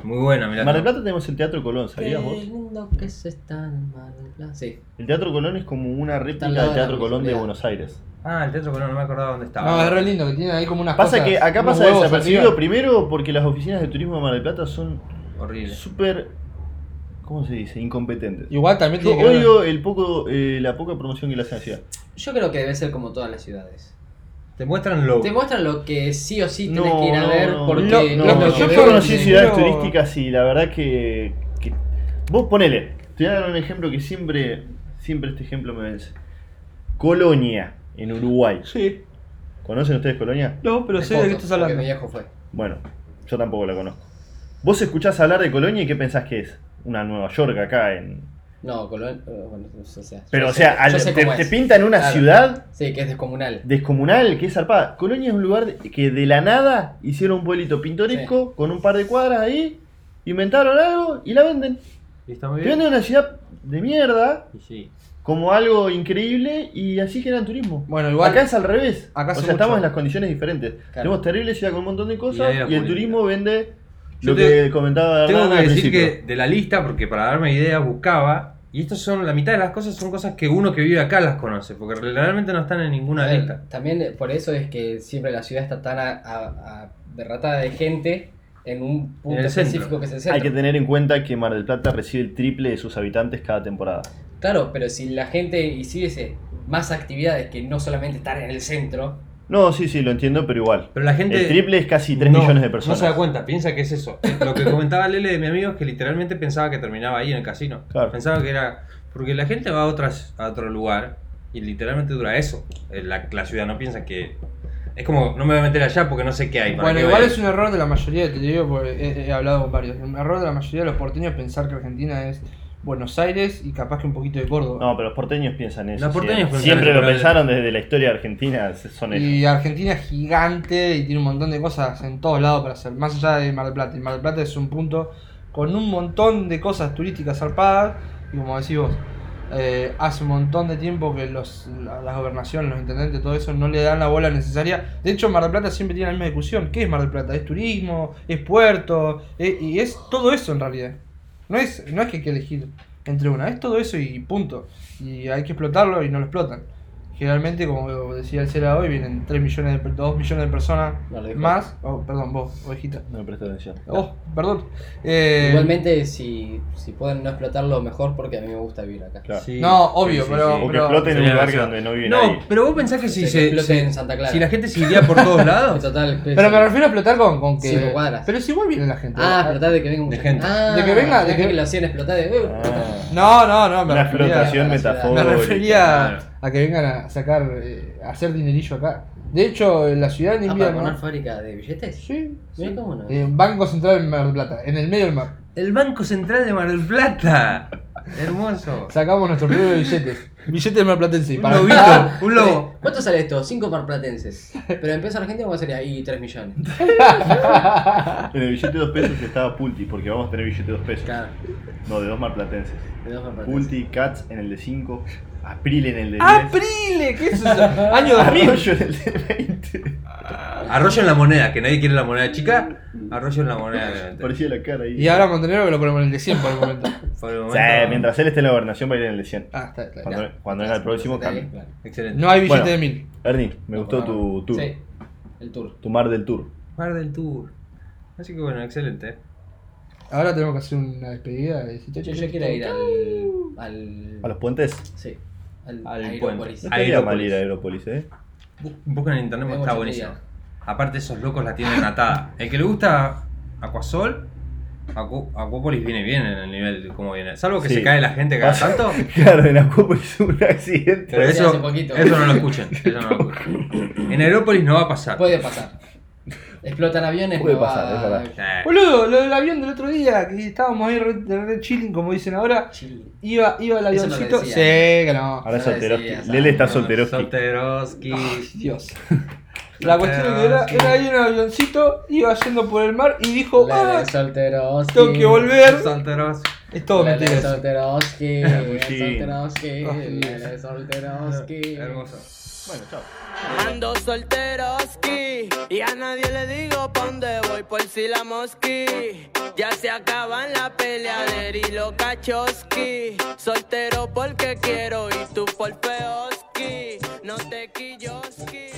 Speaker 4: Muy buena, mirá.
Speaker 2: En Mar del Plata tenemos el Teatro Colón,
Speaker 1: Qué
Speaker 2: ¿sabías vos?
Speaker 1: lindo que se está en Mar del Plata. Sí.
Speaker 2: El Teatro Colón es como una réplica
Speaker 1: al lado
Speaker 2: del
Speaker 1: de la
Speaker 2: Teatro Colón de
Speaker 1: municipalidad.
Speaker 2: Buenos Aires.
Speaker 4: Ah, el Teatro Colón, no me acordaba dónde estaba.
Speaker 5: No, es re lindo, que tiene ahí como unas
Speaker 2: Pasa
Speaker 5: cosas,
Speaker 2: que acá
Speaker 5: unos
Speaker 2: pasa
Speaker 5: huevos
Speaker 2: desapercibido
Speaker 5: arriba.
Speaker 2: primero porque las oficinas de turismo de Mar del Plata son
Speaker 4: Horrible.
Speaker 2: súper, ¿cómo se dice? Incompetentes.
Speaker 5: Igual también
Speaker 2: Yo
Speaker 5: tiene que ver-
Speaker 2: odio el poco, eh, la poca promoción que le hacen a la ciudad.
Speaker 1: Yo creo que debe ser como todas las ciudades.
Speaker 4: Te muestran lo...
Speaker 1: Te muestran lo que sí o sí
Speaker 2: No,
Speaker 1: tenés que ir a ver
Speaker 2: no,
Speaker 1: porque
Speaker 5: Lo-
Speaker 1: es
Speaker 5: lo
Speaker 2: No,
Speaker 1: lo
Speaker 5: que yo
Speaker 1: que
Speaker 2: yo
Speaker 1: ves,
Speaker 2: conocí
Speaker 1: tenés-
Speaker 2: ciudades
Speaker 5: quiero-
Speaker 2: turísticas y la verdad que, que- Vos ponele, te voy a dar un ejemplo que siempre, siempre este ejemplo me vence. Colonia, en Uruguay.
Speaker 5: Sí,
Speaker 2: ¿Conocen ustedes Colonia?
Speaker 5: no, pero
Speaker 1: de
Speaker 5: sé de qué
Speaker 1: fotos,
Speaker 5: estás
Speaker 1: porque
Speaker 5: hablando.
Speaker 1: Mi viejo fue.
Speaker 2: Bueno, yo tampoco la conozco. Vos escuchás hablar de Colonia y ¿qué pensás que es? Una Nueva York acá en...
Speaker 1: No, Colón. eh, bueno, o sea,
Speaker 2: Pero
Speaker 1: yo
Speaker 2: o sea,
Speaker 1: sé-
Speaker 2: al-
Speaker 1: yo sé
Speaker 2: te,
Speaker 1: cómo
Speaker 2: te
Speaker 1: es.
Speaker 2: pintan una
Speaker 1: Claro.
Speaker 2: ciudad
Speaker 1: Sí, que es descomunal.
Speaker 2: descomunal, que es zarpada. Colonia es un lugar de- que de la nada hicieron un pueblito pintoresco con un par de cuadras ahí, inventaron algo y la venden.
Speaker 4: Y está muy
Speaker 2: Te venden una ciudad de mierda
Speaker 4: Y sí.
Speaker 2: como algo increíble y así generan turismo.
Speaker 5: Bueno, igual-
Speaker 2: Acá es al revés.
Speaker 5: Acá
Speaker 2: o
Speaker 5: hace
Speaker 2: sea,
Speaker 5: mucho.
Speaker 2: estamos en las condiciones diferentes.
Speaker 1: Claro.
Speaker 2: Tenemos terrible ciudad con un montón de
Speaker 4: Y
Speaker 2: cosas y,
Speaker 4: ahí la
Speaker 2: el
Speaker 4: política.
Speaker 2: turismo vende
Speaker 4: Yo
Speaker 2: lo
Speaker 4: te-
Speaker 2: que comentaba
Speaker 4: Tengo
Speaker 2: Hernán
Speaker 4: que
Speaker 2: al
Speaker 4: decir
Speaker 2: principio.
Speaker 4: que de la lista, porque para darme idea buscaba, y estas son, la mitad de las cosas son cosas que uno que vive acá las conoce, porque realmente no están en ninguna
Speaker 1: A ver,
Speaker 4: lista.
Speaker 1: También eh, por eso es que siempre la ciudad está tan a, a- a- derratada de gente en un punto
Speaker 4: En el centro.
Speaker 1: específico que es el
Speaker 2: Hay
Speaker 1: centro.
Speaker 2: que tener en cuenta que Mar del Plata recibe el triple de sus habitantes cada temporada.
Speaker 1: Claro, pero si la gente hiciese más actividades que no solamente estar en el centro,
Speaker 2: No, sí, sí, lo entiendo, pero igual.
Speaker 4: Pero la gente...
Speaker 2: El triple es casi 3
Speaker 4: no,
Speaker 2: millones de
Speaker 4: No
Speaker 2: personas.
Speaker 4: se da cuenta, piensa que es eso. Lo que comentaba Lele de mi amigo es que literalmente pensaba que terminaba ahí en el casino.
Speaker 2: Claro.
Speaker 4: Pensaba que era... Porque la gente va a, otras, a otro lugar y literalmente dura eso. Eh, La, la ciudad no piensa que... Es como, no me voy a meter allá porque no sé qué hay. para
Speaker 5: Bueno,
Speaker 4: qué
Speaker 5: igual
Speaker 4: voy.
Speaker 5: es un error de la mayoría, te digo, porque he, he hablado con varios. Un error de la mayoría de los porteños pensar que Argentina es Buenos Aires y capaz que un poquito de Córdoba.
Speaker 2: No, pero los porteños piensan eso.
Speaker 4: Los porteños
Speaker 2: siempre
Speaker 4: piensan
Speaker 2: Siempre
Speaker 4: eso,
Speaker 2: lo
Speaker 4: pero-
Speaker 2: pensaron desde la historia argentina, son ellos.
Speaker 5: Y Argentina es gigante y tiene un montón de cosas en todos lados para hacer, más allá de Mar del Plata. Y Mar del Plata es un punto con un montón de cosas turísticas zarpadas. Y como decís vos, eh, hace un montón de tiempo que los, la- las gobernaciones, los intendentes, todo eso no le dan la bola necesaria. De hecho, Mar del Plata siempre tiene la misma discusión. ¿Qué es Mar del Plata? ¿Es turismo? ¿Es puerto? Eh, y es todo eso en realidad. No es, no es que hay que elegir entre una, es todo eso y punto. Y hay que explotarlo y no lo explotan. Generalmente, como decía el Cera hoy, vienen 3 millones de, 2 millones de personas
Speaker 1: No, lo dijo.
Speaker 5: más. Oh, perdón, vos, ovejita.
Speaker 2: No me presta atención.
Speaker 5: Oh, perdón. Eh,
Speaker 1: igualmente si, si pueden no explotarlo mejor porque a mí me gusta vivir acá.
Speaker 2: Claro.
Speaker 4: Sí,
Speaker 5: No,
Speaker 4: sí,
Speaker 5: obvio,
Speaker 4: sí,
Speaker 5: pero-
Speaker 4: sí.
Speaker 2: O que
Speaker 5: pero-
Speaker 2: exploten en un
Speaker 4: Sería
Speaker 2: lugar
Speaker 4: demasiado.
Speaker 2: donde no vive
Speaker 4: No,
Speaker 2: nadie.
Speaker 4: pero vos pensás que si
Speaker 1: Que
Speaker 4: se,
Speaker 1: explote
Speaker 4: se-
Speaker 1: en Santa Clara.
Speaker 4: si la gente se iría por todos
Speaker 1: En
Speaker 4: lados.
Speaker 1: total, pues,
Speaker 5: Pero
Speaker 1: sí.
Speaker 5: me refiero a explotar con, con que.
Speaker 1: Cinco cuadras.
Speaker 5: Pero es igual viene la gente.
Speaker 1: Ah, explotar de que venga mucha
Speaker 4: De gente.
Speaker 1: Ah,
Speaker 5: De que venga- de
Speaker 1: pensé
Speaker 5: que-
Speaker 1: que lo hacían explotar de. eh,
Speaker 2: Ah,
Speaker 5: No, no, no, me
Speaker 2: una
Speaker 5: refería-
Speaker 2: explotación
Speaker 1: a la ciudad.
Speaker 5: Me
Speaker 2: metafórica.
Speaker 5: refería
Speaker 4: claro.
Speaker 5: a que vengan a sacar, eh, a hacer dinerillo acá. De hecho, en la ciudad
Speaker 1: Ah,
Speaker 5: en
Speaker 1: para
Speaker 5: invierno.
Speaker 1: poner fábrica de billetes.
Speaker 5: Sí,
Speaker 1: Mirá
Speaker 5: sí.
Speaker 1: cómo no.
Speaker 5: Eh, Banco Central en Mar del Plata, en el medio del mar.
Speaker 4: El Banco Central de Mar del Plata.
Speaker 5: (laughs)
Speaker 4: Hermoso.
Speaker 5: Sacamos nuestros primeros billetes. Billetes de Mar Platense.
Speaker 4: Un
Speaker 5: para-
Speaker 4: lobito, un lobo.
Speaker 1: ¿Cuánto sale esto? Cinco marplatenses. Pero en peso argentino, ¿cómo sería? Y 3 millones.
Speaker 2: En el billete de 2 pesos estaba Pulti, porque vamos a tener billete de 2 pesos.
Speaker 1: Claro,
Speaker 2: No, de dos marplatenses.
Speaker 1: de dos marplatenses.
Speaker 2: Pulti, Cats en el de 5, April en el de 10,
Speaker 5: (laughs)
Speaker 4: Ah,
Speaker 5: ¡Aprile! ¿Qué es eso? Año 2000.
Speaker 2: Arroyo en el de 20.
Speaker 4: Arroyo en la moneda, que nadie quiere la moneda chica. Arroyo en la moneda, obviamente.
Speaker 2: Parecía la cara ahí.
Speaker 5: Y ahora Montenegro que lo ponemos en el de 100 por el momento.
Speaker 4: Por el
Speaker 2: Sí,
Speaker 4: momento-
Speaker 2: mientras él esté en la gobernación va a ir en el de 100.
Speaker 5: Ah, está, está.
Speaker 2: Cuando,
Speaker 1: Ya.
Speaker 2: cuando venga el próximo cambio.
Speaker 1: Claro.
Speaker 4: Excelente.
Speaker 5: No hay billete
Speaker 2: Bueno.
Speaker 5: de 1000.
Speaker 2: Ernie, me
Speaker 1: No,
Speaker 2: gustó tu
Speaker 1: no.
Speaker 2: tour.
Speaker 1: Sí, el tour.
Speaker 2: Tu mar del tour.
Speaker 4: Mar del Tour. Así que bueno, excelente.
Speaker 5: Ahora tenemos que hacer una despedida de decir,
Speaker 1: Yo, yo quiero ir al. al.
Speaker 2: A los puentes.
Speaker 1: sí. Al,
Speaker 6: Al
Speaker 1: Aerópolis.
Speaker 6: puente.
Speaker 2: No estaría
Speaker 4: Aerópolis.
Speaker 2: mal ir a Aerópolis, eh. (laughs)
Speaker 4: Bu- Busquen en internet porque está
Speaker 1: Vemos
Speaker 4: buenísimo.
Speaker 1: enseguida.
Speaker 4: Aparte, esos locos la tienen atada. El que le gusta Aquasol, Acu- Acuópolis viene bien en el nivel de cómo viene. Salvo que
Speaker 2: Sí.
Speaker 4: se cae la gente cada
Speaker 2: Pasa- (laughs)
Speaker 4: tanto.
Speaker 2: Claro, en Acuópolis hubo (laughs) un accidente.
Speaker 4: Pero
Speaker 1: Sí, hace
Speaker 4: eso,
Speaker 1: poquito.
Speaker 4: eso no lo escuchen. eso no lo escuchen. En Aerópolis no va a pasar.
Speaker 1: Puede pasar. Explotan aviones,
Speaker 2: Puede
Speaker 1: no
Speaker 2: pasar, es
Speaker 1: va
Speaker 2: verdad.
Speaker 4: Eh,
Speaker 5: Boludo, lo del avión del otro día, que estábamos ahí re, de re chilling, como dicen ahora,
Speaker 1: Chile.
Speaker 5: iba, iba el
Speaker 1: Eso no lo
Speaker 5: avioncito.
Speaker 1: decía.
Speaker 5: Sí, que no.
Speaker 2: Ahora es
Speaker 1: Ya lo decía,
Speaker 2: Solteroski.
Speaker 1: ya.
Speaker 2: Lele está Solteroski.
Speaker 1: (laughs)
Speaker 4: Solteroski.
Speaker 5: Ay, Dios. La cuestión es que era, era ahí un avioncito, iba yendo por el mar y dijo,
Speaker 1: La
Speaker 5: ah,
Speaker 1: de Solteroski.
Speaker 5: tengo que volver.
Speaker 4: Solteroski.
Speaker 5: Es todo
Speaker 1: La de
Speaker 2: (laughs)
Speaker 5: mentira.
Speaker 1: Solteroski. La de Solteroski.
Speaker 5: Ah,
Speaker 1: La de Solteroski.
Speaker 4: Hermoso.
Speaker 2: Bueno, chao.
Speaker 7: Ando solteroski y a nadie le digo pa' dónde voy por si la mosqui. Ya se acaban la peleadera y los cachoski. Soltero porque quiero y tú por feoski. No te quilloski.